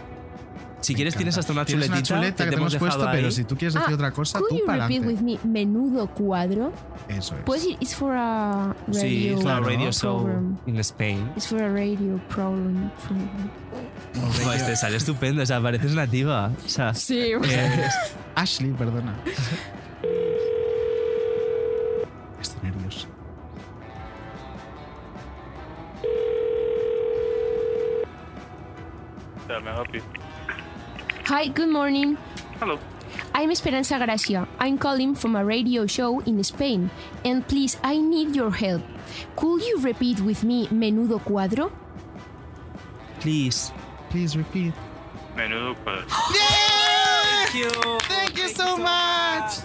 Si quieres,
encanta.
tienes hasta una
Tienes
chuletita
una chuleta que te hemos
dejado
puesto,
ahí.
pero si tú quieres decir
Ah,
otra cosa,
Could
tú
you
para
repeat with me menudo cuadro?
Eso es.
Puedes decir, it's for a radio.
Sí, es una radio show
program.
in Spain.
It's for a radio program. program.
Pues te sale estupendo, o sea, pareces nativa. O sea, eh,
Sí.
eres-
Ashley, perdona. Estoy nervioso.
Hi, good morning.
Hello.
I'm Esperanza Gracia. I'm calling from a radio show in Spain. And please, I need your help. Could you repeat with me menudo cuadro?
Please.
Please repeat.
Menudo cuadro.
Thank you.
Thank you so much.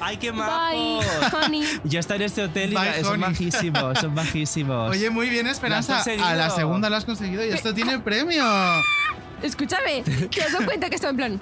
¡Ay, qué
Bye,
majo!
honey.
Ya está en este hotel y
Bye,
la- son
honey.
majísimos, son majísimos.
Oye, muy bien,
Lo
Esperanza.
has conseguido.
A la segunda lo has conseguido y esto tiene premio.
(laughs) Escúchame, ¿te has dado cuenta que estoy en plan?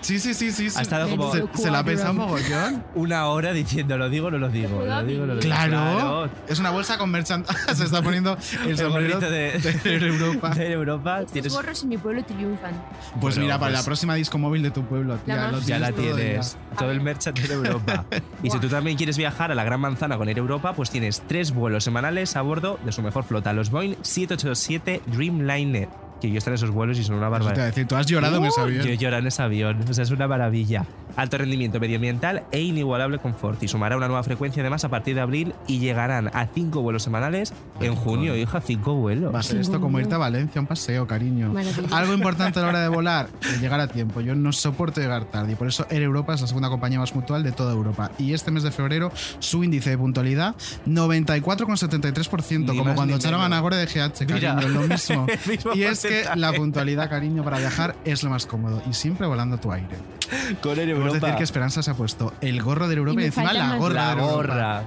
Sí, sí, sí, sí. sí.
Ha estado como-
Se, se la ha
(laughs)
pensado mogollón.
Una hora diciendo, lo digo, no lo digo, lo digo, no lo digo.
Claro. Es una bolsa con merchandising. (laughs) Se está poniendo el
El
sombrero
gorrito
de,
(laughs) de,
Europa.
de Europa.
Los
Tienes,
gorros en mi pueblo triunfan.
Ah.
Pues
Bueno,
mira, para
pues-
la próxima disco móvil de tu pueblo,
La
tía.
más-
lo
ya la
todo ya.
tienes. Todo el merchat de
(laughs)
Europa. y si tú también quieres viajar a la Gran Manzana con Air Europa, pues tienes tres vuelos semanales a bordo de su mejor flota, los Boeing 787 Dreamliner. que yo estar en esos vuelos y son una barbaridad.
Pues te iba a decir, tú has llorado en ese
Uh,
avión.
Yo he llorado en ese avión. O sea, es una maravilla. Alto rendimiento medioambiental e inigualable confort. Y sumará una nueva frecuencia además a partir de abril y llegarán a cinco vuelos semanales en junio, hija, cinco vuelos.
Va a ser esto como irte a Valencia, un paseo, cariño.
Maravilloso.
Algo importante a la hora de volar, el llegar a tiempo. Yo no soporto llegar tarde y por eso Air Europa es la segunda compañía más mutual de toda Europa. Y este mes de febrero, su índice de puntualidad, 94,73%,
Ni
como
más
cuando
ni
echaron a
menos.
Nagore de GH,
Mira.
cariño, lo mismo.
(laughs) El mismo
y es que la
porcentaje.
puntualidad, cariño, para viajar es lo más cómodo y siempre volando a tu aire.
Con Air
Podemos decir
Europa.
que Esperanza se ha puesto el gorro de Air Europa
me
y, encima
faltan
la
más-
gorra
La
de Air Europa.
gorra.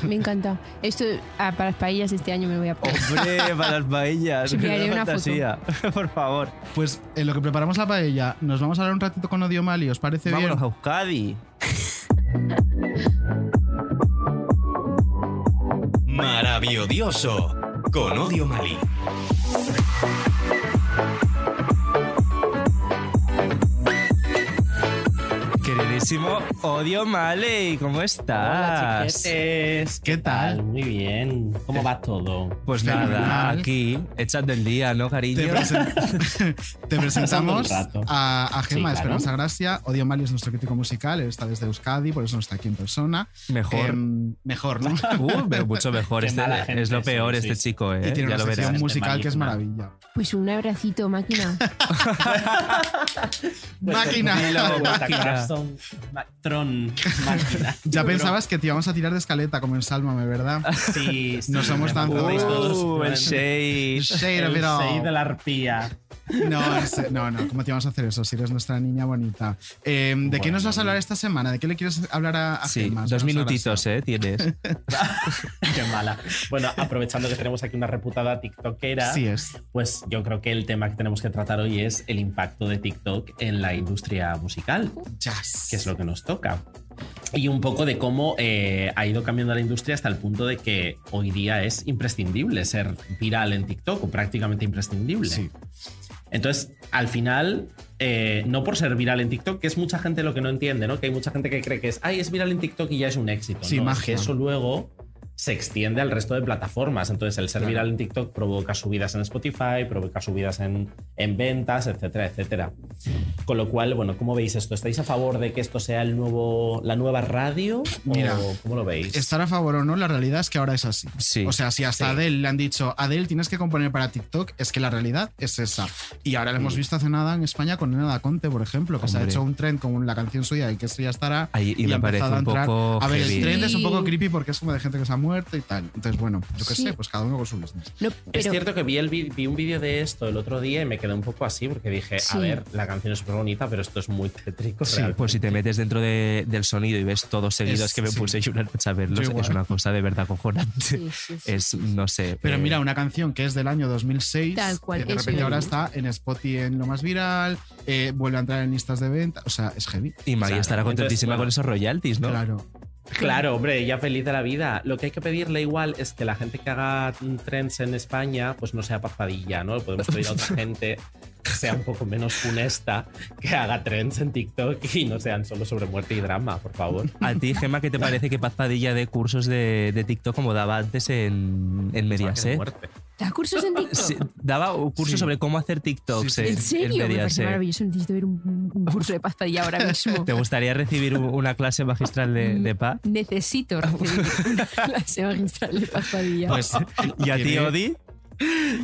Me- Me encanta. Esto ah, para las paellas este año me lo voy a
Oh,
poner. (laughs)
Hombre, para las paellas.
Sí, me haré
menuda
una foto.
fantasía. (laughs) Por favor.
Pues en lo que preparamos la paella, nos vamos a hablar un ratito con Odio Mali, ¿os parece bien?
Vámonos a Euskadi.
Maravilloso con Odio Mali.
Queridísimo Odio Maley, ¿cómo
Hola,
estás?
chiquetes.
¿Qué tal?
Muy bien. ¿Cómo va todo?
(laughs) Pues nada,
Fenomenal.
aquí, echando el día, ¿no, cariño?
Te Te presentamos
Pasando el rato.
a, a
Sí,
Gema
claro.
Esperanza Gracia. Odio Mali es nuestro crítico musical, él está desde Euskadi, por eso no está aquí en persona.
Mejor.
Em, mejor, ¿no?
Uh, pero mucho mejor.
Qué
Este,
mala gente
es lo peor
sois,
este
sí.
chico, ¿eh?
Y
(laughs)
tiene
ya
una
lo
sección
verás.
musical que es maravilla.
Pues un abracito, máquina.
Máquina.
Dilo, Corazón, ma- Tron. Máquina.
(laughs) Ya pensabas que te íbamos a tirar de escaleta como en Sálvame, ¿verdad?
Sí, sí,
No somos
me
tan
mandáis todos.
Uh,
(laughs) el shade.
Shade of
El
it all.
shade de la arpía.
No, en se- no, no, ¿cómo te vamos a hacer eso si eres nuestra niña bonita? Eh, ¿De qué nos vas a hablar esta semana? ¿De qué le quieres hablar a, a
Sí,
Gemma?
dos
Esperanza
minutitos, ¿eh? Tienes.
Qué mala. Bueno, aprovechando que tenemos aquí una reputada TikTokera,
Sí es.
pues yo creo que el tema que tenemos que tratar hoy es el impacto de TikTok en la industria musical,
Gracia.
que es lo que nos toca. Y un poco de cómo eh, ha ido cambiando la industria hasta el punto de que hoy día es imprescindible ser viral en TikTok, o prácticamente
¿eh?
imprescindible. Entonces, al final, eh, no por ser viral en TikTok, que es mucha gente lo que no entiende, ¿no? Que hay mucha gente que cree que es, ay, es viral en TikTok y ya es un éxito.
Sí,
¿no? Es
magia.
que eso luego se extiende al resto de plataformas. Entonces, el ser
Claro.
viral en TikTok provoca subidas en Spotify, provoca subidas en, en ventas, etcétera, etcétera. Con lo cual, bueno, ¿cómo veis esto? ¿Estáis a favor de que esto sea el nuevo, la nueva radio?
Mira,
¿O ¿Cómo lo veis?
Estar a favor o no, la realidad es que ahora es así.
Sí.
O sea, si hasta
Sí.
Adele le han dicho, Adele tienes que componer para TikTok, es que la realidad es esa. Y ahora lo hemos visto hace nada en España con Nena Conte, por ejemplo, que se ha
Hombre.
hecho un trend con la canción suya y que esto ya estará.
Ahí- y
ha
me
empezado
parece
a
un
entrar.
poco
A ver, el
heavy.
trend es un poco
Sí.
creepy porque es como de gente que se ha muerto y tal. Entonces, bueno, yo qué
Sí.
sé, pues cada uno con su business. (laughs)
No,
Es
pero-
cierto que vi, el vi- vi un vídeo de esto el otro día y me quedé un poco así porque dije,
Sí.
a ver, la canción es súper bonita, pero esto es muy tétrico.
Sí,
realmente.
pues si te metes dentro de- del sonido y ves todos seguidos
Es-
que me
sí.
puse yo una noche a verlos,
Yo igual.
es una cosa de verdad cojonante. Es, no sé.
Pero
eh,
mira, una canción que es del año 2006,
Tal
que
cual,
eh, de
eso
repente
es.
ahora está en Spotify en lo más viral, eh, vuelve a entrar en listas de venta, o sea, es heavy.
Y Maggie
Claro,
estará
entonces,
contentísima
bueno.
con esos royalties, ¿no?
Claro.
Claro, hombre, ella feliz de la vida. Lo que hay que pedirle igual es que la gente que haga trends en España, pues no sea papadilla, ¿no? Podemos pedir
(laughs)
a otra gente que sea un poco menos funesta, que haga trends en TikTok y no sean solo sobre muerte y drama, por favor.
A ti, Gemma, ¿qué te parece que Paz Padilla de cursos de, de TikTok como daba antes en, en
de
Mediaset?
muerte.
(laughs)
¿Te cursos en TikTok?
Sí, daba un curso sobre cómo hacer TikToks en,
¿En serio?
en
Me parece
Mediaset.
maravilloso. Necesito ver un, un curso de pastadilla ahora
(laughs)
mismo.
¿Te gustaría recibir u- una clase magistral de,
Mm.
de Paz?
Necesito
Ah,
recibir (laughs) una clase magistral de pastadilla.
Pues,
(laughs)
¿Y a ti,
tiene-
Odi?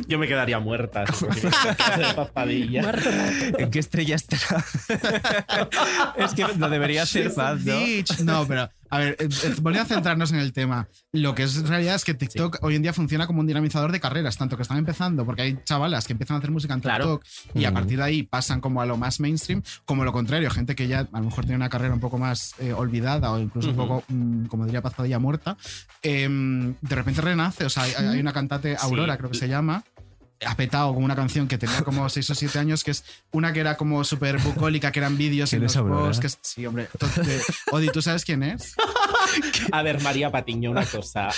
Yo me quedaría muerta. si me
(laughs)
quedaría de papadilla.
¿En qué estrella estará? es que lo debería hacer
She's a
Paz, ¿no?
bitch. No, pero a ver, eh, eh, volviendo a centrarnos en el tema. Lo que es realidad es que TikTok hoy en día funciona como un dinamizador de carreras, tanto que están empezando, porque hay chavalas que empiezan a hacer música en TikTok y a
Mm.
partir de ahí pasan como a lo más mainstream, como lo contrario, gente que ya a lo mejor tiene una carrera un poco más eh, olvidada o incluso un
Ujú.
poco, mm, como diría Pazadilla, muerta, em, de repente renace. O sea, hay, hay una cantante, Aurora
Sí.
creo que se llama, ha petado con una canción que tenía como 6 o 7 años, que es una que era como súper bucólica, que eran vídeos
¿Quién
en
es
los
Aurora? (laughs)
bosques. Sí, hombre. to- de- Odi, ¿tú sabes quién es?
A ver, María Patiño, una cosa.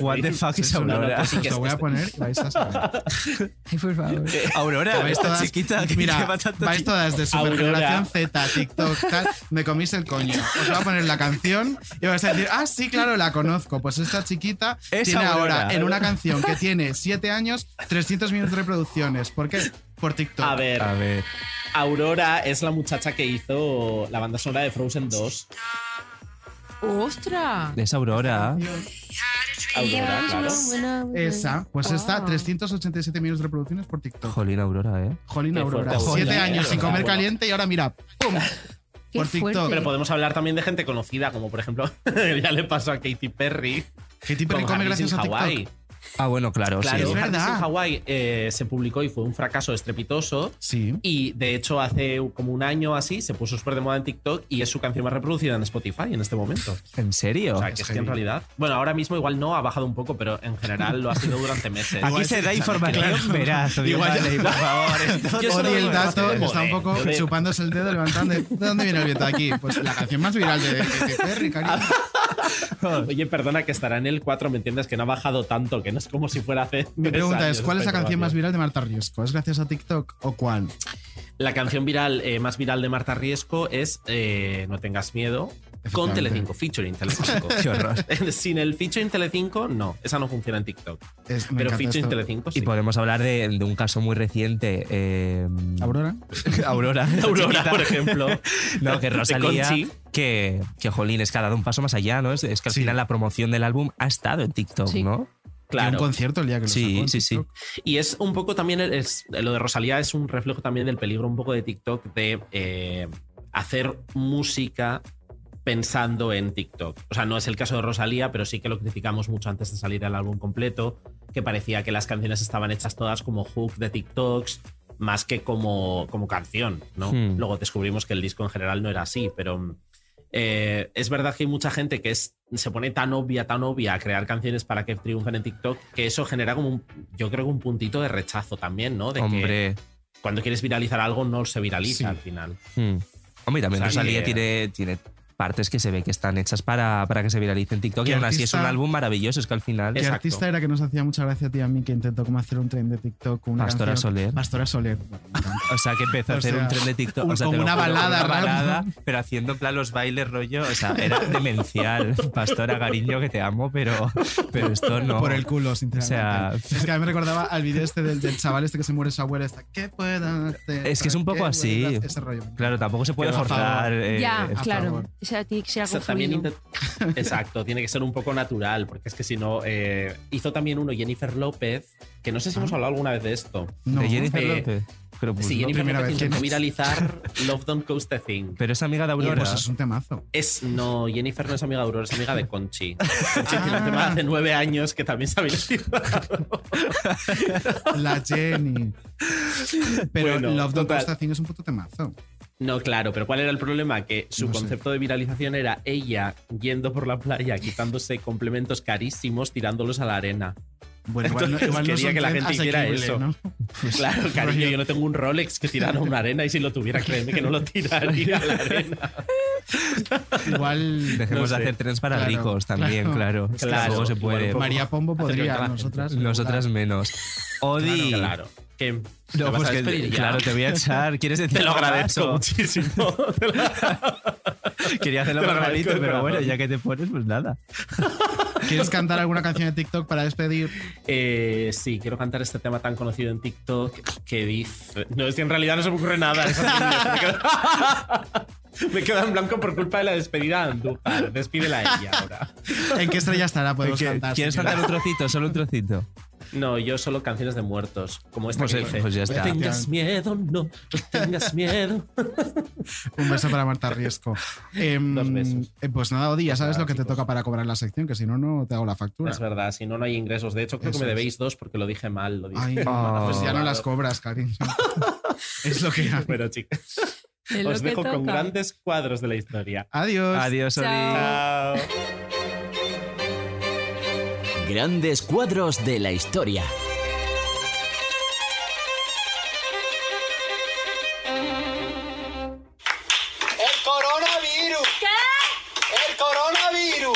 What
(laughs)
the fuck is
No, no,
Aurora?
pues sí que
Os lo
es-
voy a
poner y vais a
(laughs) Ay, por favor.
Aurora,
Que vais
esta
todas-
chiquita que
mira,
lleva tanto
vais
tiempo.
todas de
Aurora.
supergeneración Z, TikTok, tal, me comís el coño. Os voy a poner la canción y vais a decir, ah, sí, claro, la conozco. Pues esta chiquita
Es
tiene
Aurora.
ahora en una canción que tiene 7 años 300 millones de reproducciones. ¿Por qué? Por TikTok.
A ver. Aurora es la muchacha que hizo la banda sonora de Frozen 2.
¡Ostras!
Es Aurora.
Aurora, claro.
Esa, pues está 387 millones de reproducciones por TikTok.
Jolín Aurora, ¿eh?
Jolín
Qué
Aurora,
fuerte, Aurora.
7 años sin comer
Bueno.
caliente y ahora mira, ¡pum!
(laughs)
Por TikTok.
Pero podemos hablar también de gente conocida, como por ejemplo, (laughs) ya le pasó a Katy Perry.
Katy
Perry come gracias a TikTok. Ah, bueno, claro, sí.
Claro, Harris in Hawaii eh, se publicó y fue un fracaso estrepitoso.
Sí.
Y de hecho, hace como un año o así, se puso súper de moda en TikTok y es su canción más reproducida en Spotify en este momento.
¿En serio?
O sea, que es que en realidad. Bueno, ahora mismo igual no, ha bajado un poco, pero en general lo ha sido durante meses. Pues
Aquí se da información veraz.
Igual-
Dale, por favor. esto-
(laughs) Yo
Odi
solo
el
me
dato
parece de
está un
moda,
poco
yo de-
chupándose el dedo, levantando. ¿De dónde viene el viento aquí? Pues la canción más viral de Katy Perry, cariño.
Ah,
Ah.
Oye, perdona que estará en el 4, ¿me entiendes? Que no ha bajado tanto, que no es como si fuera hace.
Mi
tres
pregunta
años
es: ¿cuál es la
esta
canción más viral de Marta Riesco? ¿Es gracias a TikTok o cuál?
La canción viral eh, más viral de Marta Riesco es eh, No tengas miedo con
Efectivamente.
Telecinco, featuring
(laughs)
Telecinco. Eh,
Qué horror.
Sin el featuring Telecinco, no, esa no funciona en TikTok.
Es- me
Pero
encanta
featuring
esto.
Telecinco sí.
Y podemos hablar de, de un caso muy reciente. eh,
¿Aurora?
(laughs) Aurora.
(laughs) Aurora,
chiquita.
por ejemplo.
(laughs)
No, que
De
Rosalía.
Conchi.
Que, que, jolín, es que ha dado un paso más allá, ¿no? Es, es que al final la promoción del álbum ha estado en TikTok,
Sí.
¿no?
Claro.
un concierto el día que lo
Sí, sí, sí.
Y es un poco también, el- es- lo de Rosalía es un reflejo también del peligro un poco de TikTok de eh, hacer música pensando en TikTok. O sea, no es el caso de Rosalía, pero sí que lo criticamos mucho antes de salir el álbum completo, que parecía que las canciones estaban hechas todas como hook de TikToks, más que como, como canción, ¿no?
Hmm.
Luego descubrimos que el disco en general no era así, pero mm, eh, es verdad que hay mucha gente que es, se pone tan obvia, tan obvia a crear canciones para que triunfen en TikTok, que eso genera como un, yo creo que un puntito de rechazo también, ¿no? De
Hombre.
que cuando quieres viralizar algo no se viraliza
Sí.
al final.
Hmm. Hombre, y también
O sea,
Rosalía
que-
tiene, tiene partes que se ve que están hechas para, para que se viralice en TikTok y
¿Qué
aún así es un
artista-
álbum maravilloso, es que al final...
¿Qué artista era que nos hacía mucha gracia a ti y a mí que intentó como hacer un tren de TikTok con una
Pastora
canción?
Soler.
Pastora Soler.
O sea, que empezó a
O
hacer
sea,
un tren de TikTok.
un-
o sea, te
como
lo
una
juro,
balada,
una
rap.
balada, pero haciendo en plan los bailes rollo. O sea, era demencial.
(laughs)
Pastora Gariño, que te amo, pero, pero esto no.
Por el culo,
O sea,
sinceramente. es que a mí me recordaba al video este del, del chaval este que se muere su abuela. Esta, ¿Qué puedan hacer?
es que es un
¿Para
poco
qué
así.
vuelvas?" Ese rollo.
Claro, tampoco se puede
Que va a
forzar.
favor.
eh,
ya,
Ah,
esto.
claro. O sea, tiene que ser
O sea,
algo
(laughs)
también
fluido.
intent- Exacto, tiene que ser un poco natural, porque es que si no, eh, hizo también uno Jennifer López, que no sé si hemos hablado alguna vez de esto.
De Jennifer
Eh,
López. Pero, Ah. pues,
sí,
no.
Jennifer López
(laughs)
intentó viralizar Love Don't Coast a Thing.
Pero es amiga de
Oye,
Aurora.
pues es un
temazo.
(laughs) Es, no, Jennifer no es amiga de Aurora, es amiga de
(laughs)
Conchi. Conchi tiene un
Ah,
tema de nueve años que también se ha viralizado.
La Jenny. Pero
Bueno,
Love Don't
total.
Cost a Thing es un puto temazo.
No, claro, pero ¿cuál era el problema? Que su
No sé.
concepto de viralización era ella yendo por la playa, quitándose complementos carísimos, tirándolos a la arena.
Bueno, igual no-
Entonces
igual no
quería
son
que la
trend
gente hiciera
asequible,
eso.
¿no?
Claro, cariño, yo no tengo un Rolex que tirar a una arena y si lo tuviera, créeme que no lo tiraría a la arena.
(laughs)
Igual.
Dejemos de hacer trenes para ricos también, claro. Es que
Claro,
tampoco se
igual un
puede.
poco
María Pombo
hacerlo
podría,
llegar a la
nosotras
gente.
Nosotras menos. Odi.
Claro. Que no,
No, pues que- claro, te voy a echar. ¿Quieres decir
(laughs) Te lo
algo más,
agradezco
o?
muchísimo.
Quería hacerlo
Te lo
más
agradezco
bonito,
de
pero
corazón.
bueno, ya que te pones, pues nada.
¿Quieres cantar alguna canción de TikTok para despedir?
Eh, sí, quiero cantar este tema tan conocido en TikTok que dice. No, es que en realidad no se me ocurre nada. es horrible, me quedo- Me queda en blanco por culpa de la despedida de Andújar. Despídela a ella ahora.
¿En qué estrella estará? Podemos
¿Qué-
cantar.
¿Quieres
señora.
cantar un trocito? Solo un
(laughs)
trocito.
No, yo solo canciones de muertos. Como esta
Pues,
que
eh,
dice,
pues ya está.
No tengas miedo, no, no
(laughs)
tengas miedo.
Un beso para Marta
(laughs)
Riesco. Em, eh, pues nada, Odi, ya sabes lo que te toca para cobrar la sección, que si no, no te hago la factura.
Es verdad, si no, no hay ingresos. De hecho, creo
Eso
que me
es.
debéis dos porque lo dije mal. Lo dije. (laughs)
Ay, pues ya no las cobras, cariño. es lo que hay.
Bueno, chicas.
Es lo
Os
que
dejo con
toca. Oh.
grandes cuadros de la historia.
Adiós.
Adiós,
Odi. Chao.
Grandes cuadros de la historia.
¡El coronavirus! ¿Qué? ¡El coronavirus!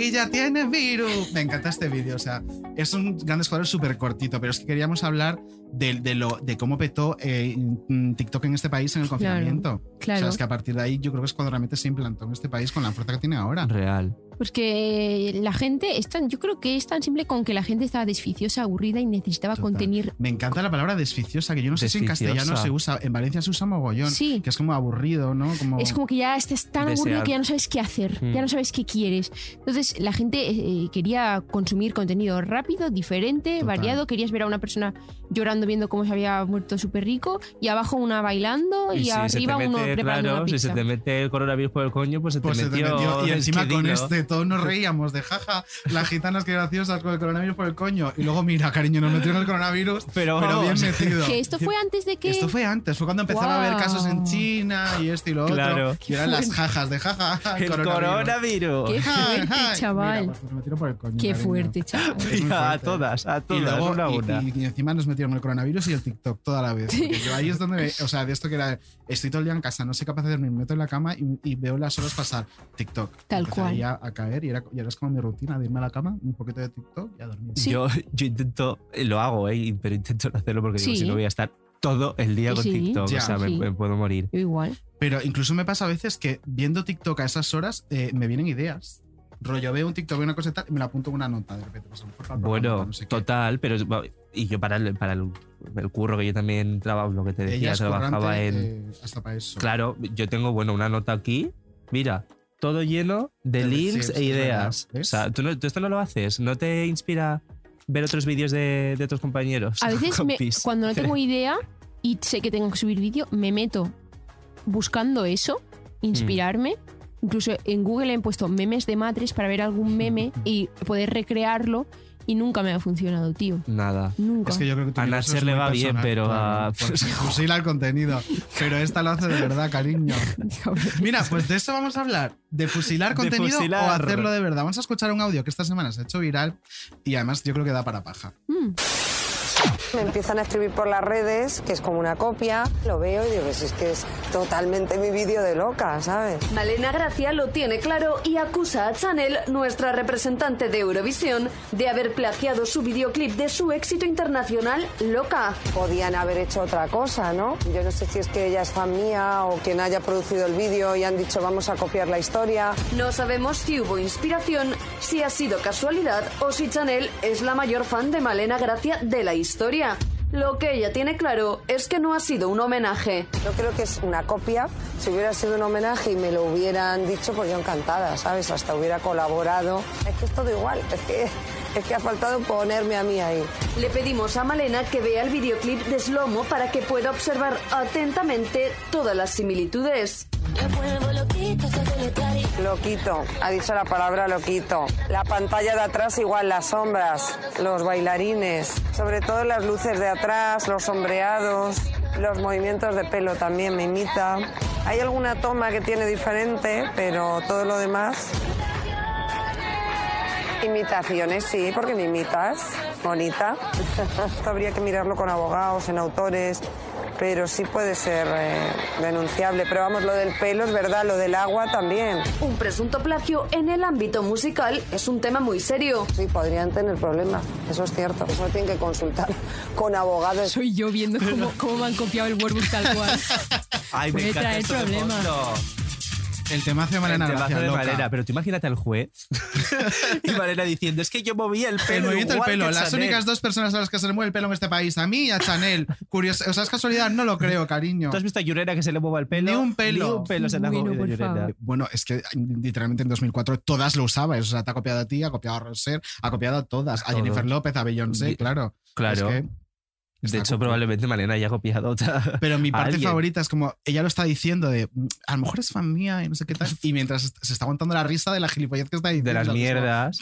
y ya tiene virus. Me encanta este vídeo, o sea, es un gran cuadros súper cortito, pero es que queríamos hablar de, de lo, de cómo petó eh, mm, TikTok en este país en el confinamiento.
claro.
O sea, es que a partir de ahí yo creo que es cuando realmente se implantó en este país con la fuerza que tiene ahora.
Ah. Real.
Porque la gente, es tan, yo creo que es tan simple con que la gente estaba desficiosa, aburrida y necesitaba contener.
Me encanta la palabra desficiosa, que yo no sé si en
Desficiosa.
castellano se usa, en Valencia se usa mogollón,
Sí.
que es como aburrido, ¿no? Como...
Mm.
Es como que ya estás tan
Desear.
aburrido que ya no sabes qué hacer,
Mm.
ya no sabes qué quieres. Entonces la gente eh, quería consumir contenido rápido, diferente,
Total.
variado. Querías ver a una persona llorando viendo cómo se había muerto súper rico y abajo una bailando y,
si se te
arriba uno
mete,
preparando
claro,
una
si
pizza.
se te mete el coronavirus por el coño, pues se te,
Pues se te
metió,
metió. Y
el
encima con
querido.
este, todos nos reíamos de jaja, las gitanas que graciosas con el coronavirus por el coño. Y luego, mira, cariño, nos metieron el coronavirus, pero,
vamos.
bien metido.
Que esto fue antes
(laughs)
de que...
Esto fue antes, fue cuando empezaba a haber
Guau.
casos en China y esto y lo
Claro.
otro. Y eran las jajas de jaja,
El coronavirus.
Qué
(laughs)
fuerte, chaval.
pues nos metieron por el coño.
Qué
cariño.
fuerte, chaval.
(laughs)
Es muy
a
fuerte.
todas, a
Y,
todas,
luego-
una a
y-
una.
y- y encima nos metieron el coronavirus y el TikTok toda la vez. Porque yo ahí es donde, me- o sea, de esto que era, estoy todo el día en casa, no soy capaz de dormir, me meto en la cama y, y veo las horas pasar. Tiktok.
Tal
Empecé
cual.
ahí A, a caer y era, y ahora es como mi rutina de irme a la cama, un poquito de TikTok y a dormir.
Yo, yo intento, lo hago, ¿eh? pero intento no hacerlo porque digo,
Sí.
si no voy a estar todo el día con
Sí.
TikTok,
Ya.
o sea, me-
Sí.
me puedo morir.
Yo igual.
Pero incluso me pasa a veces que viendo TikTok a esas horas eh, me vienen ideas. Rollo, veo un TikTok, veo una cosa y tal, y me la apunto en una nota de repente. pues, por favor,
Bueno,
no sé qué.
total, pero es- va- y yo para el, para el, el curro que yo también trabajo, lo que te
Ella
decía,
es
trabajaba
currante,
en.
eh, hasta para eso.
Claro, yo tengo, bueno, una nota aquí. Mira, todo lleno de,
De
links
receipts,
e
es verdad,
ideas. O sea, tú, no- tú esto no lo haces, no te inspira ver otros vídeos de, de otros compañeros.
A
(laughs)
veces me-
compis?
cuando no tengo idea y sé que tengo que subir vídeo, me meto buscando eso,
Mm.
inspirarme. Incluso en Google he puesto memes de matres para ver
(laughs)
algún meme y poder recrearlo y nunca me ha funcionado, tío.
Nada.
Nunca.
Es
(laughs)
que yo creo que tu
A
universo
Nasser
es
le
muy
va bien,
personal,
pero
claro,
a- (laughs)
por- fusila el contenido. Pero esta lo hace de verdad, cariño. Mira, pues de eso vamos a hablar. De fusilar
De
contenido o
fusilar.
hacerlo de verdad. Vamos a escuchar un audio que esta semana se ha hecho viral y además yo creo que da para paja.
Mm,
Me empiezan a escribir por las redes, que es como una copia. Lo veo y digo, "Si es que es totalmente mi vídeo de loca, ¿sabes?
Malena Gracia lo tiene claro y acusa a Chanel, nuestra representante de Eurovisión, de haber plagiado su videoclip de su éxito internacional Loca.
Podían haber hecho otra cosa, ¿no? Yo no sé si es que ella es fan mía o quien haya producido el vídeo y han dicho vamos a copiar la historia.
No sabemos si hubo inspiración, si ha sido casualidad o si Chanel es la mayor fan de Malena Gracia de la historia. Lo que ella tiene claro es que no ha sido un homenaje.
Yo creo que es una copia. Si hubiera sido un homenaje y me lo hubieran dicho, pues yo encantada, ¿sabes? Hasta hubiera colaborado. Es que es todo igual, es que, es que ha faltado ponerme a mí ahí.
Le pedimos a Malena que vea el videoclip de Slomo para que pueda observar atentamente todas las similitudes.
Loquito, ha dicho la palabra loquito. La pantalla de atrás igual, las sombras, los bailarines, sobre todo las luces de atrás, los sombreados, los movimientos de pelo también me imita. Hay alguna toma que tiene diferente, pero todo lo demás... Imitaciones, sí, porque me imitas, bonita. Esto habría que mirarlo con abogados, en autores, pero sí puede ser eh, denunciable. Pero vamos, lo del pelo es verdad, lo del agua también.
Un presunto plagio en el ámbito musical es un tema muy serio.
Sí, podrían tener problemas, eso es cierto. Eso tienen que consultar con abogados.
Soy yo viendo cómo, cómo me han copiado el workbook tal cual.
Ay, me
Puede
encanta
traer
esto de
problemas.
fondo.
El temazo de Malena
El temazo
Gracia,
de
loca.
Malena, pero tú imagínate al
(laughs)
juez y Malena diciendo, es que yo movía el pelo.
El movimiento del
igual
pelo.
que
Las
Chanel".
únicas dos personas a las que se le mueve el pelo en este país, a mí y a Chanel. Curioso, o sea, es casualidad, no lo creo, cariño.
¿Tú has visto a Yurena que se le mueva el pelo?
Ni un pelo.
Ni un pelo se le ha
Bueno,
movido
por
Yurena.
favor. Bueno, es que literalmente en 2004 todas lo usabas. O sea, te ha copiado a ti, ha copiado a Roser, ha copiado a todas. A
todos.
Jennifer López, a Beyoncé,
Ye-
claro.
Claro.
Es que-
de hecho, probablemente Malena haya copiado otra.
(laughs) pero mi
a
parte
alguien.
favorita es como ella lo está diciendo de "Mm, a lo mejor es fan mía y no sé qué tal. Y mientras est- se está aguantando la risa de la gilipollez que está diciendo.
De las
es como,
mierdas.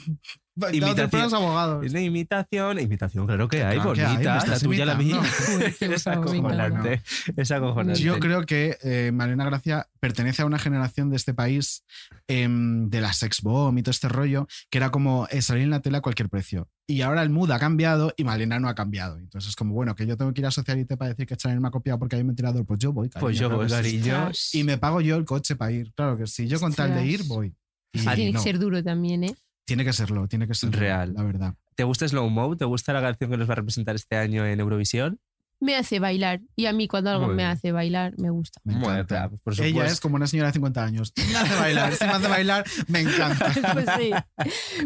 "Va, claro, te esperas, abogados.
Es de imitación. Imitación, claro que hay,
Claro que hay,
bonita.
me
la
estás
tuya, la mía.
imitando. (laughs)
es acojonante. Es acojonante.
Yo creo que eh, Malena Gracia pertenece a una generación de este país em, de la sex bomb y todo este rollo, que era como eh, salir en la tele a cualquier precio. Y ahora el mood ha cambiado y Malena no ha cambiado. Entonces es como, bueno, que yo tengo que ir a Socialite para decir que Chanel me ha copiado porque hay un ventilador. Pues yo voy, cariño,
Pues yo
claro
voy,
que sí.
cariño.
Y me pago yo el coche para ir. Claro que sí. Yo con tal de
Ostras.
ir, voy. Y
Tiene
no.
que ser duro también, ¿eh?
Tiene que serlo, tiene que serlo.
Real.
La verdad.
¿Te gusta Slow Mo? ¿Te gusta la canción que nos va a representar este año en Eurovisión?
Me hace bailar. Y a mí cuando algo
Muy
me
bien.
hace bailar,
(laughs)
me gusta. (laughs)
Bueno, claro, por
Ella es
supuesto.
como una señora de 50 años. Me hace bailar, si me hace bailar,
(laughs)
me encanta.
Pues sí.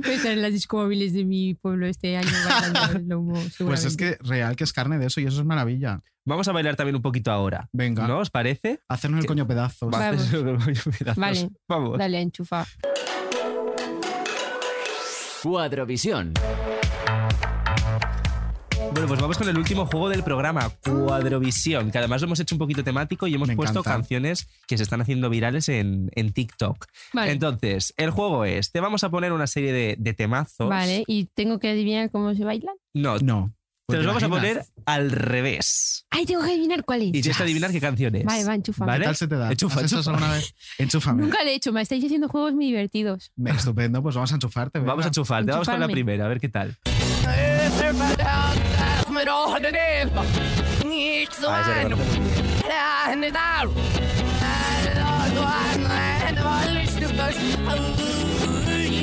Voy a estar en las discomóviles de mi pueblo este año bailando el lomo,
Pues es
seguramente.
que real que es carne de eso y eso es maravilla.
Vamos a bailar también un poquito ahora.
Venga.
¿No os parece?
Hacernos el coño pedazos.
Va,
Vamos.
haces lo que voy a
Vale.
daros. Vamos.
Dale, enchufa.
Cuadrovisión.
Bueno, pues vamos con el último juego del programa, Cuadrovisión, que además lo hemos hecho un poquito temático y hemos
Me
puesto
encanta.
canciones que se están haciendo virales en, en TikTok.
Vale.
Entonces, el juego es, te vamos a poner una serie de, de temazos.
Vale, y tengo que adivinar cómo se bailan.
No,
no.
Te
Porque
los vamos a poner
Pues
¿eh?
imaginas.
al revés.
Ay, tengo que adivinar cuál es.
Y tienes que adivinar qué canción es.
Vale, va, enchufa.
¿Vale?
¿Qué tal se te da?
Enchufa,
¿Has hecho eso
enchufa.
alguna vez? Enchúfame.
(laughs) Nunca lo he hecho, me estáis haciendo juegos muy divertidos.
Me- Estupendo, pues vamos a enchufarte. venga.
Vamos a enchufar, te vamos con la
Enchufarme.
primera, a ver qué tal.
Ah,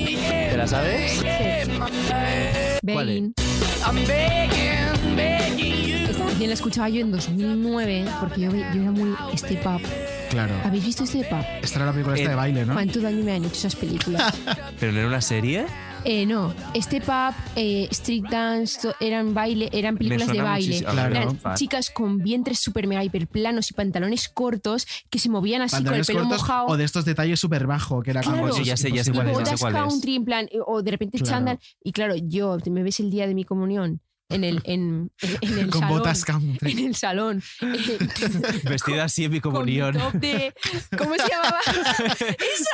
¿Te
la sabes? Sí. ¿Cuál es?
Berlin. Esta canción la escuchaba yo en 2009 porque yo, yo era muy este pub.
Claro.
¿Habéis visto este pub?
Esta era la película
Eh,
esta de baile, ¿no?
¿Cuánto daño me han hecho
(laughs)
esas películas?
¿Pero no era una serie?
Eh, no, este pub, eh, street dance, to- eran baile, eran películas de
suena
baile.
muchísimo. Claro.
eran
Claro.
chicas con vientres super mega hiper planos y pantalones cortos que se movían así
Pantalones
con el pelo
cortos
mojado.
o de estos detalles súper bajo que era
Claro.
como
Sí, ya sé, ya sé
y
cuál es, ya sé
botas
cuál es.
country en plan eh, o de repente
Claro.
chándal y claro yo te- me ves el día de mi comunión en el
(laughs)
en, en- en el
Con
salón
botas country.
en el salón eh, (laughs)
Vestida así en mi
con mi
comunión. (laughs)
top de- ¿cómo se llamaba? esa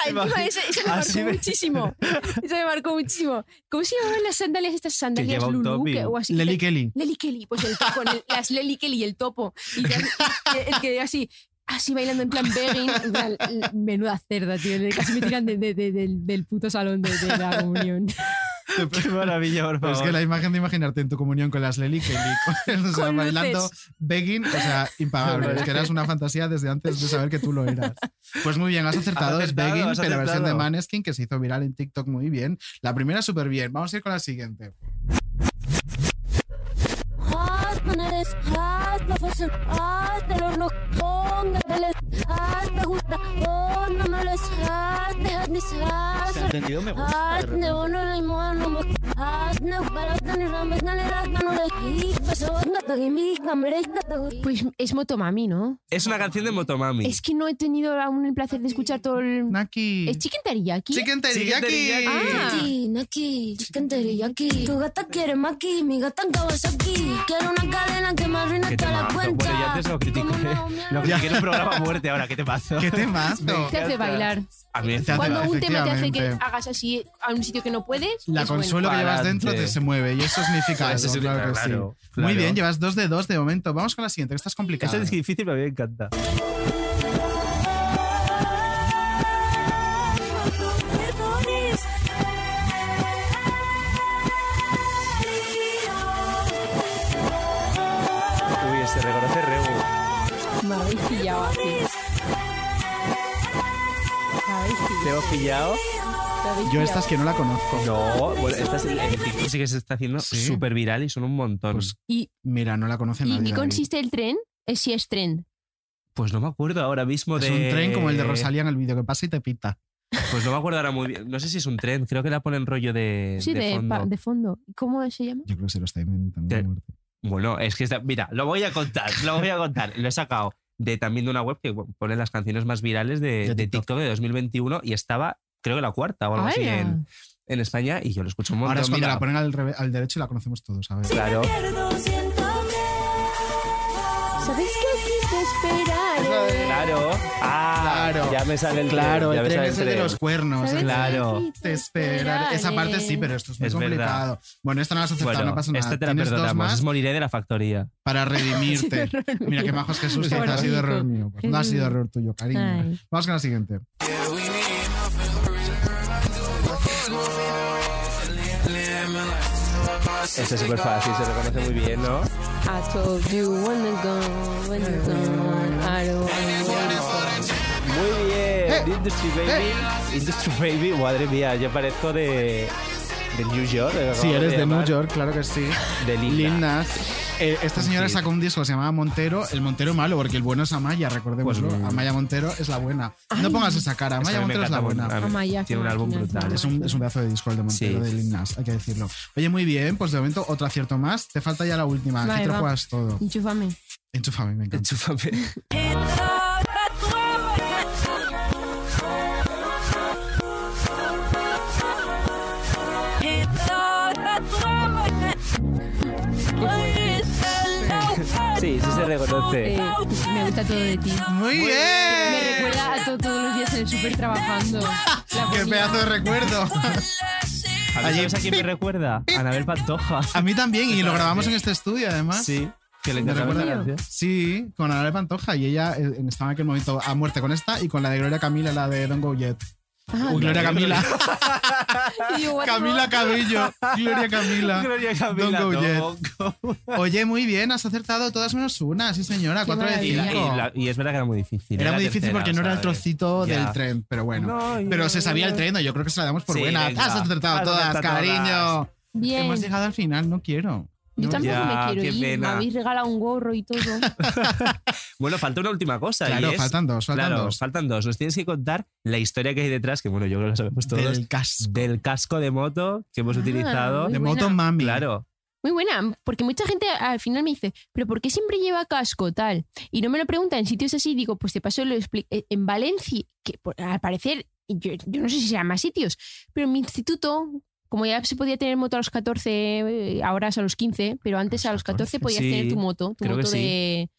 encima
Imagina-
esa, esa me
así
marcó
me-
muchísimo esa me marcó muchísimo ¿cómo se llamaban las sandalias estas sandalias
lleva un
Lulu
top y-
que- o así
Lely
que-
Kelly.
Lely Kelly pues el, con el- las Lely Kelly y el topo y ya- el, el que así así bailando en plan begging en plan, menuda cerda tío casi me tiran de- de- de- del, del puto salón de, de la comunión
Qué maravilla, por
Pero
favor.
es que la imagen de imaginarte en tu comunión con las Lely Kelly, (laughs) o sea,
Con luces.
bailando begging,
(laughs)
o sea, impagable. Es que eras una fantasía desde antes de saber que tú lo
(laughs)
eras. Pues muy bien, has acertado,
Has
es
acertado,
begging,
has
pero la versión de
acertado.
Maneskin que se hizo viral en TikTok muy bien. La primera súper bien, vamos a ir con la siguiente.
Oh, entendido? Me gusta. este
pues es Motomami ¿no?
Es una canción de Motomami.
es que no he tenido aún el placer de escuchar todo el
Naki.
¿es Chicken Teriyaki?
Chicken
Chicken
teriyaki.
Ah.
Naki, Naki, chicken teriyaki. Tu gata quiere maki, mi gata en Kawasaki. Quiero una cadena que me arruine
¿Qué
toda la
temazo? Bueno,
cuenta.
ya antes lo critiqué. (laughs) Lo critiqué en un programa a muerte ahora. ¿Qué te pasó?
¿Qué temazo?
te hace bailar
A mí me
Te hace
encanta.
cuando un tema te hace que
efectivamente.
hagas así a un sitio que no puedes
La
es bueno.
consuelo que llevas
Pa'lante.
dentro te se mueve y eso significa
Eso
algo,
significa-
claro que
claro,
sí.
claro.
Muy bien, llevas dos de dos de momento. Vamos con la siguiente, que esta es complicada.
Esta es difícil, pero a mí me encanta. Uy, se reconoce Regu.
Me lo habéis pillado aquí. Me lo habéis
¿Te
pillado.
hemos pillado?
me lo habéis
Yo
pillado.
estas que no la conozco.
No, bueno, esta es- en TikTok sí que se está haciendo
Sí.
súper viral y son un montón. Pues,
¿Y,
Mira, no la conoce
y
nadie.
qué
David.
consiste el tren? Eh, Si es tren.
pues no me acuerdo ahora mismo
Es
de.
un tren como el de Rosalía en el vídeo que pasa y te pita.
(laughs) Pues no me acuerdo ahora muy bien. No sé si es un tren, creo que la ponen rollo de.
Sí,
de
de,
fondo.
pa- de fondo. ¿Cómo se llama?
Yo creo que se lo está inventando.
Te-
a muerte.
Bueno, es que está, mira, lo voy a contar, lo voy a contar. Lo he sacado de también de una web que bueno, pone las canciones más virales de,
De
de
TikTok.
TikTok de 2021 y estaba, creo que la cuarta o algo así
Vaya.
en, en España y yo lo escucho un montón.
Ahora es cuando
mira.
la ponen al, revés- al derecho y la conocemos todos, a ver.
Claro.
¿Sabéis qué aquí
Claro. Ah,
Claro.
ya me sale el
Claro,
tren. ya
el
me
tren
sale
es el de
tren.
los cuernos.
¿Sabes?
el-
Claro.
Te esperaré. Esa parte sí, pero esto es muy
Es verdad.
complicado. Bueno, esta no la has aceptado,
Bueno,
no pasa nada.
esta te la
Tienes dos
perdonamos.
más
Es moriré de la factoría.
para redimirte.
sido error
Mira qué
mío.
majo es Jesús, que
Pobrecito.
ha sido error mío. Pues no ha sido error tuyo, cariño.
Ay.
Vamos con la siguiente.
Este es súper fácil, se reconoce muy bien, ¿no?
I told you when to go, when to go, I don't wanna go.
Muy
Eh,
bien. Industry Baby. Industry Baby, madre mía, yo parezco de, de New York.
Sí,
acabo
eres de New
llamar.
York, claro que sí.
De Lil
Lil
Nas.
Nas. Eh, esta señora
Sí.
sacó un disco que se llamaba Montero, el Montero malo, porque el bueno es Amaya, recordémoslo. Amaya Montero es la buena. No pongas esa cara, Amaya Montero Pues, mm. es la buena.
Tiene un (laughs) álbum
Ah,
brutal.
Es un, es un pedazo de disco el de Montero de Lil Nas, hay que decirlo. Oye, muy bien, pues de momento otro acierto más. Te falta ya la última. Aquí
Vale,
te lo
va.
juegas todo.
Enchúfame.
Enchúfame, me encanta.
Enchúfame.
Sí, sí se reconoce.
Eh, me gusta todo de ti.
Muy bien.
Me recuerda a to- todos los días en el súper trabajando. La
¡Qué
ponía.
pedazo de
(laughs)
recuerdo!
¿A mí sabes a quién me recuerda? A Anabel Pantoja.
A mí también, y lo grabamos en este estudio además.
Sí, que le
¿Me
encantaba esta
recuerda?
canción.
Sí, con Ana de Pantoja y ella eh, estaba en aquel momento a muerte con esta y con la de Gloria Camila, la de Don't Go Yet.
Ah,
Uy, Gloria
no.
Camila.
Y yo, what the
Camila
fuck?
Cabello. Gloria Camila.
Gloria Camila,
Don't go yet.
don't
Oye, muy bien, has acertado todas menos una, sí señora, cuatro de
Y
cinco.
la- y la- y es verdad que era muy difícil.
Era
la
muy difícil
tercera,
porque no era el
¿sabes?
trocito
Ya.
del tren, pero bueno.
No, y-
pero se sabía el tren, yo creo que se la damos por
Sí,
buena.
venga.
Has acertado
Has
todas,
acertado
cariño.
todas.
Bien.
Hemos llegado al final, no quiero.
Yo
No,
tampoco
Ya,
me
qué
quiero ir.
pena.
Me habéis regalado un gorro y todo.
Bueno, falta una última cosa.
Claro,
y es-
faltan dos, faltan
Claro,
dos.
faltan dos. Nos tienes que contar la historia que hay detrás, que bueno, yo creo que lo sabemos todos.
Del casco.
Del casco de moto que hemos
Ah,
utilizado.
muy De buena. moto
mami.
Claro.
Muy buena, porque mucha gente al final me dice, pero ¿por qué siempre lleva casco tal? Y no me lo preguntan en sitios así, digo, pues te paso lo expli- eh, En Valencia, que por- al parecer, yo, yo no sé si sean más sitios, pero en mi instituto, como ya se podía tener moto a los 14, eh, ahora es a los 15, pero antes a los 14 podías
Sí,
tener tu moto, tu
creo que
moto
sí.
de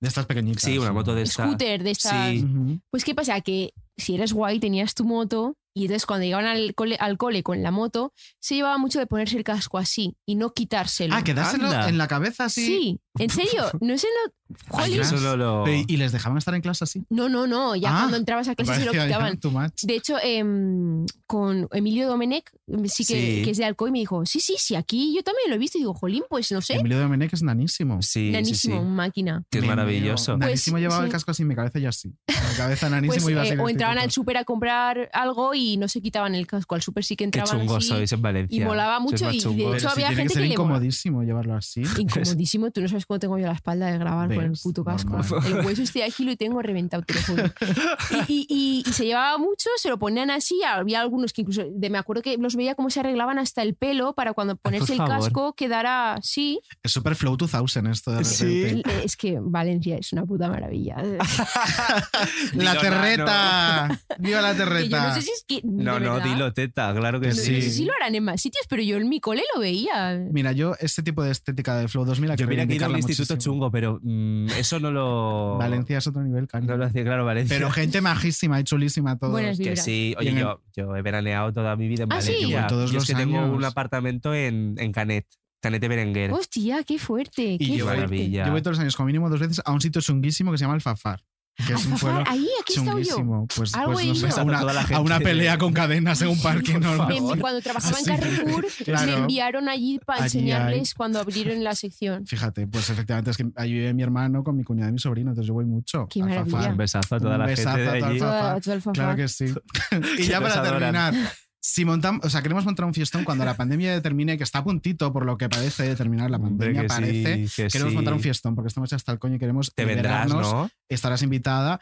De estas pequeñitas.
Sí, una moto de esta.
scooter, de estas...
Sí.
Pues ¿qué pasa? Que si eres guay tenías tu moto y entonces cuando llegaban al cole, al cole con la moto, se llevaba mucho de ponerse el casco así y no quitárselo.
Ah, quedárselo en la cabeza así.
Sí, en serio, no sé lo... Jolín.
Ostras.
Solo lo-
Pero, ¿Y les dejaban estar en clase así?
No, no, no, ya
Ah,
cuando entrabas a clase se Pues lo
parecía ya
quitaban.
too much.
De hecho, em, con Emilio Domenech, em, sí que,
Sí.
que es de Alcoy, me dijo, sí, sí, sí, aquí yo también lo he visto. Y digo, jolín, pues no sé,
Emilio Domenech es nanísimo.
Sí,
nanísimo, máquina.
Que es
Me
maravilloso.
meo. Nanísimo
Pues,
llevaba el
sí.
casco así, mi cabeza ya así. Mi cabeza nanísimo
Pues,
iba a
eh,
ser
o entraban al súper a comprar algo y no se quitaban el casco. Al súper sí que
Qué
entraban
chungo
así.
sois en Valencia.
y molaba
Sois
mucho
más
y de
chungos.
hecho- había
tiene
gente
que
que
ser
le mola.
incomodísimo llevarlo así.
Incomodísimo, tú no sabes cómo tengo yo la espalda de grabar con el
¿Ves?
puto casco.
Normal.
El hueso este de aquí lo tengo reventado, te lo juro. Y, y- y- y se llevaba mucho, se lo ponían así. Había algunos que incluso, de- me acuerdo que los veía cómo se arreglaban hasta el pelo para cuando ponerse el
favor.
casco quedara así.
Es súper Flow 2000 esto de repente.
Eh, Es que Valencia es una puta maravilla.
¡La
Dilo,
terreta! ¡Viva la
Que yo
terreta!
no sé si es que.
No,
de
no,
verdad,
dilo teta, claro que
no sé
sí.
si lo harán en más sitios, pero yo en mi cole lo veía.
Mira, yo este tipo de estética de Flow 2000 hay
Yo
que
mira que he ido a un
reivindicarla
instituto
muchísimo.
chungo, pero mm, eso no lo.
Valencia es otro nivel, cariño.
No lo hacía, claro, Valencia.
Pero gente majísima y chulísima todo.
Buenas
Que
vibras.
sí,
Y
oye,
en el-
yo, yo he veraneado toda mi vida en
Ah, sí.
Valencia.
Yo voy
todos
Yo es
los
que tengo
años.
un apartamento en, en Canet, Canet de Berenguer.
Hostia, qué fuerte.
Y
qué
yo voy-
fuerte.
Maravilla.
Yo voy todos los años, como mínimo dos veces, a un sitio chunguísimo que se llama El Fafar. Que es un
Alfafar,
pueblo
ahí, aquí he estado yo.
chunguísimo. Pues,
Algo
pues
he
no sé,
ido.
a una,
Toda la
a una
gente.
pelea con cadenas en un parque normal.
Me- cuando trabajaba en
Así. (laughs)
Carrefour,
Claro.
me enviaron allí para
Allí hay.
enseñarles cuando abrieron la sección.
Fíjate, pues efectivamente es que ahí vive mi hermano con mi cuñada y mi sobrino, entonces yo voy mucho.
Qué
al
maravilla.
Fafar.
Un besazo a toda
Un
la gente
besazo
de
a todo
allí.
el Fafar.
Toda- todo el Fafar.
Claro que sí. (laughs) y ya
nos
para
adoran.
terminar, si montamos, o sea, queremos montar un fiestón cuando la pandemia termine, que está a puntito por lo que parece de terminar la
Hombre,
pandemia,
que sí,
parece.
que
queremos
sí.
montar un fiestón porque estamos ya hasta el coño y queremos
Te vendrás,
liberarnos
¿no? Pues
estarás invitada.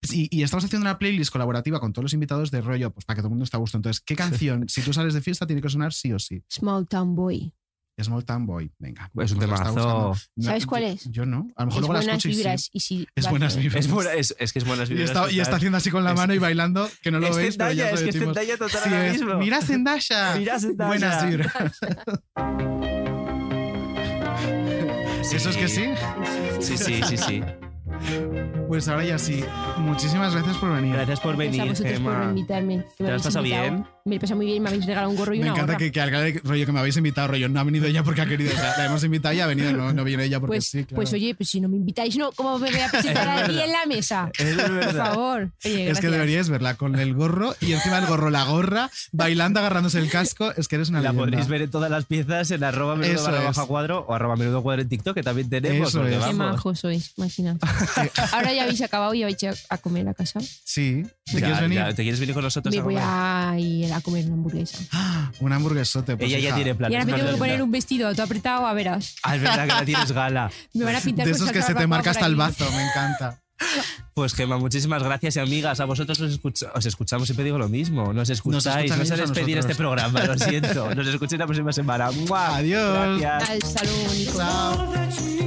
Pues, Y, y estamos haciendo una playlist colaborativa con todos los invitados de rollo, pues para que todo el mundo esté a gusto. Entonces, ¿qué canción, si tú sales de fiesta, tiene que sonar sí o sí?
Small Town Boy.
Small Town Boy, venga.
Es un
pues la está
temazo.
buscando. No,
¿Sabes cuál
yo-
es?
Yo, no. A lo mejor
es
luego la
buenas
escucho y sí.
vibras. Y sí,
Es
va a
buenas
ser.
(laughs)
vibras.
Es, buena- es- es que es buenas
Y
vibras.
está, y está
total.
haciendo así con la mano y bailando, que no lo
es
veis, pero
Zendaya,
ya os lo
es que es
decimos.
Zendaya total
Sí,
ahora
es,
mismo.
Mira Zendaya.
Mira Zendaya.
Buenas vibras. ¿Eso es que sí?
Sí, sí, sí, sí.
Pues ahora ya sí. Muchísimas gracias por venir.
Gracias por
Gracias a
venir,
vosotros por
Gemma.
invitarme. que
¿Te
me
lo has
habéis
pasado
invitado.
bien?
Me lo he pasado muy bien y me habéis regalado un gorro y
Me
una
encanta
gorra.
que, que al que- rollo que me habéis invitado, rollo, no ha venido ella porque ha querido, o sea, la hemos invitado y ha venido, no, no viene ella porque
pues,
sí, claro.
pues oye, pues si no me invitáis, no, ¿cómo me voy a presentar
(laughs) Es
aquí
verdad.
en la mesa?
Es
Por
verdad.
favor. Oye,
es que
gracias.
deberíais verla con el gorro y encima el gorro, la gorra, bailando, agarrándose el casco, es que eres una
La
leyenda.
podréis ver en todas las piezas en arroba menudo
Eso
barra baja
es.
cuadro o arroba menudo cuadro en TikTok, que también tenemos.
Eso
porque
es.
Qué
vamos.
(laughs)
majos sois, imagina. Ahora ya habéis acabado y habéis ido a comer a casa.
Sí. ¿Te
Ya,
quieres venir?
ya, ¿Te quieres venir con nosotros?
Me
a
voy
comer?
a ir a comer una hamburguesa.
Un hamburguesote. pues,
Ella ya
hija.
tiene
Y ahora
planes.
me tengo que poner un vestido todo apretado, a veras.
Ah, es verdad que ahora
(laughs)
tienes gala.
Me van a pintar
De
con
esos que se
salsa
te
barbacoa
marca
por
hasta el
aquí.
bazo, me encanta.
Pues Gemma, muchísimas gracias y amigas. A vosotros os, escucha- os escuchamos, siempre digo lo mismo. Nos escucháis,
escuchan
no sé
ellos a
despedir
nosotros.
este programa,
(laughs)
lo siento. Nos escucháis la próxima semana. ¡Mua!
Adiós.
Gracias.
Al salud, Nico.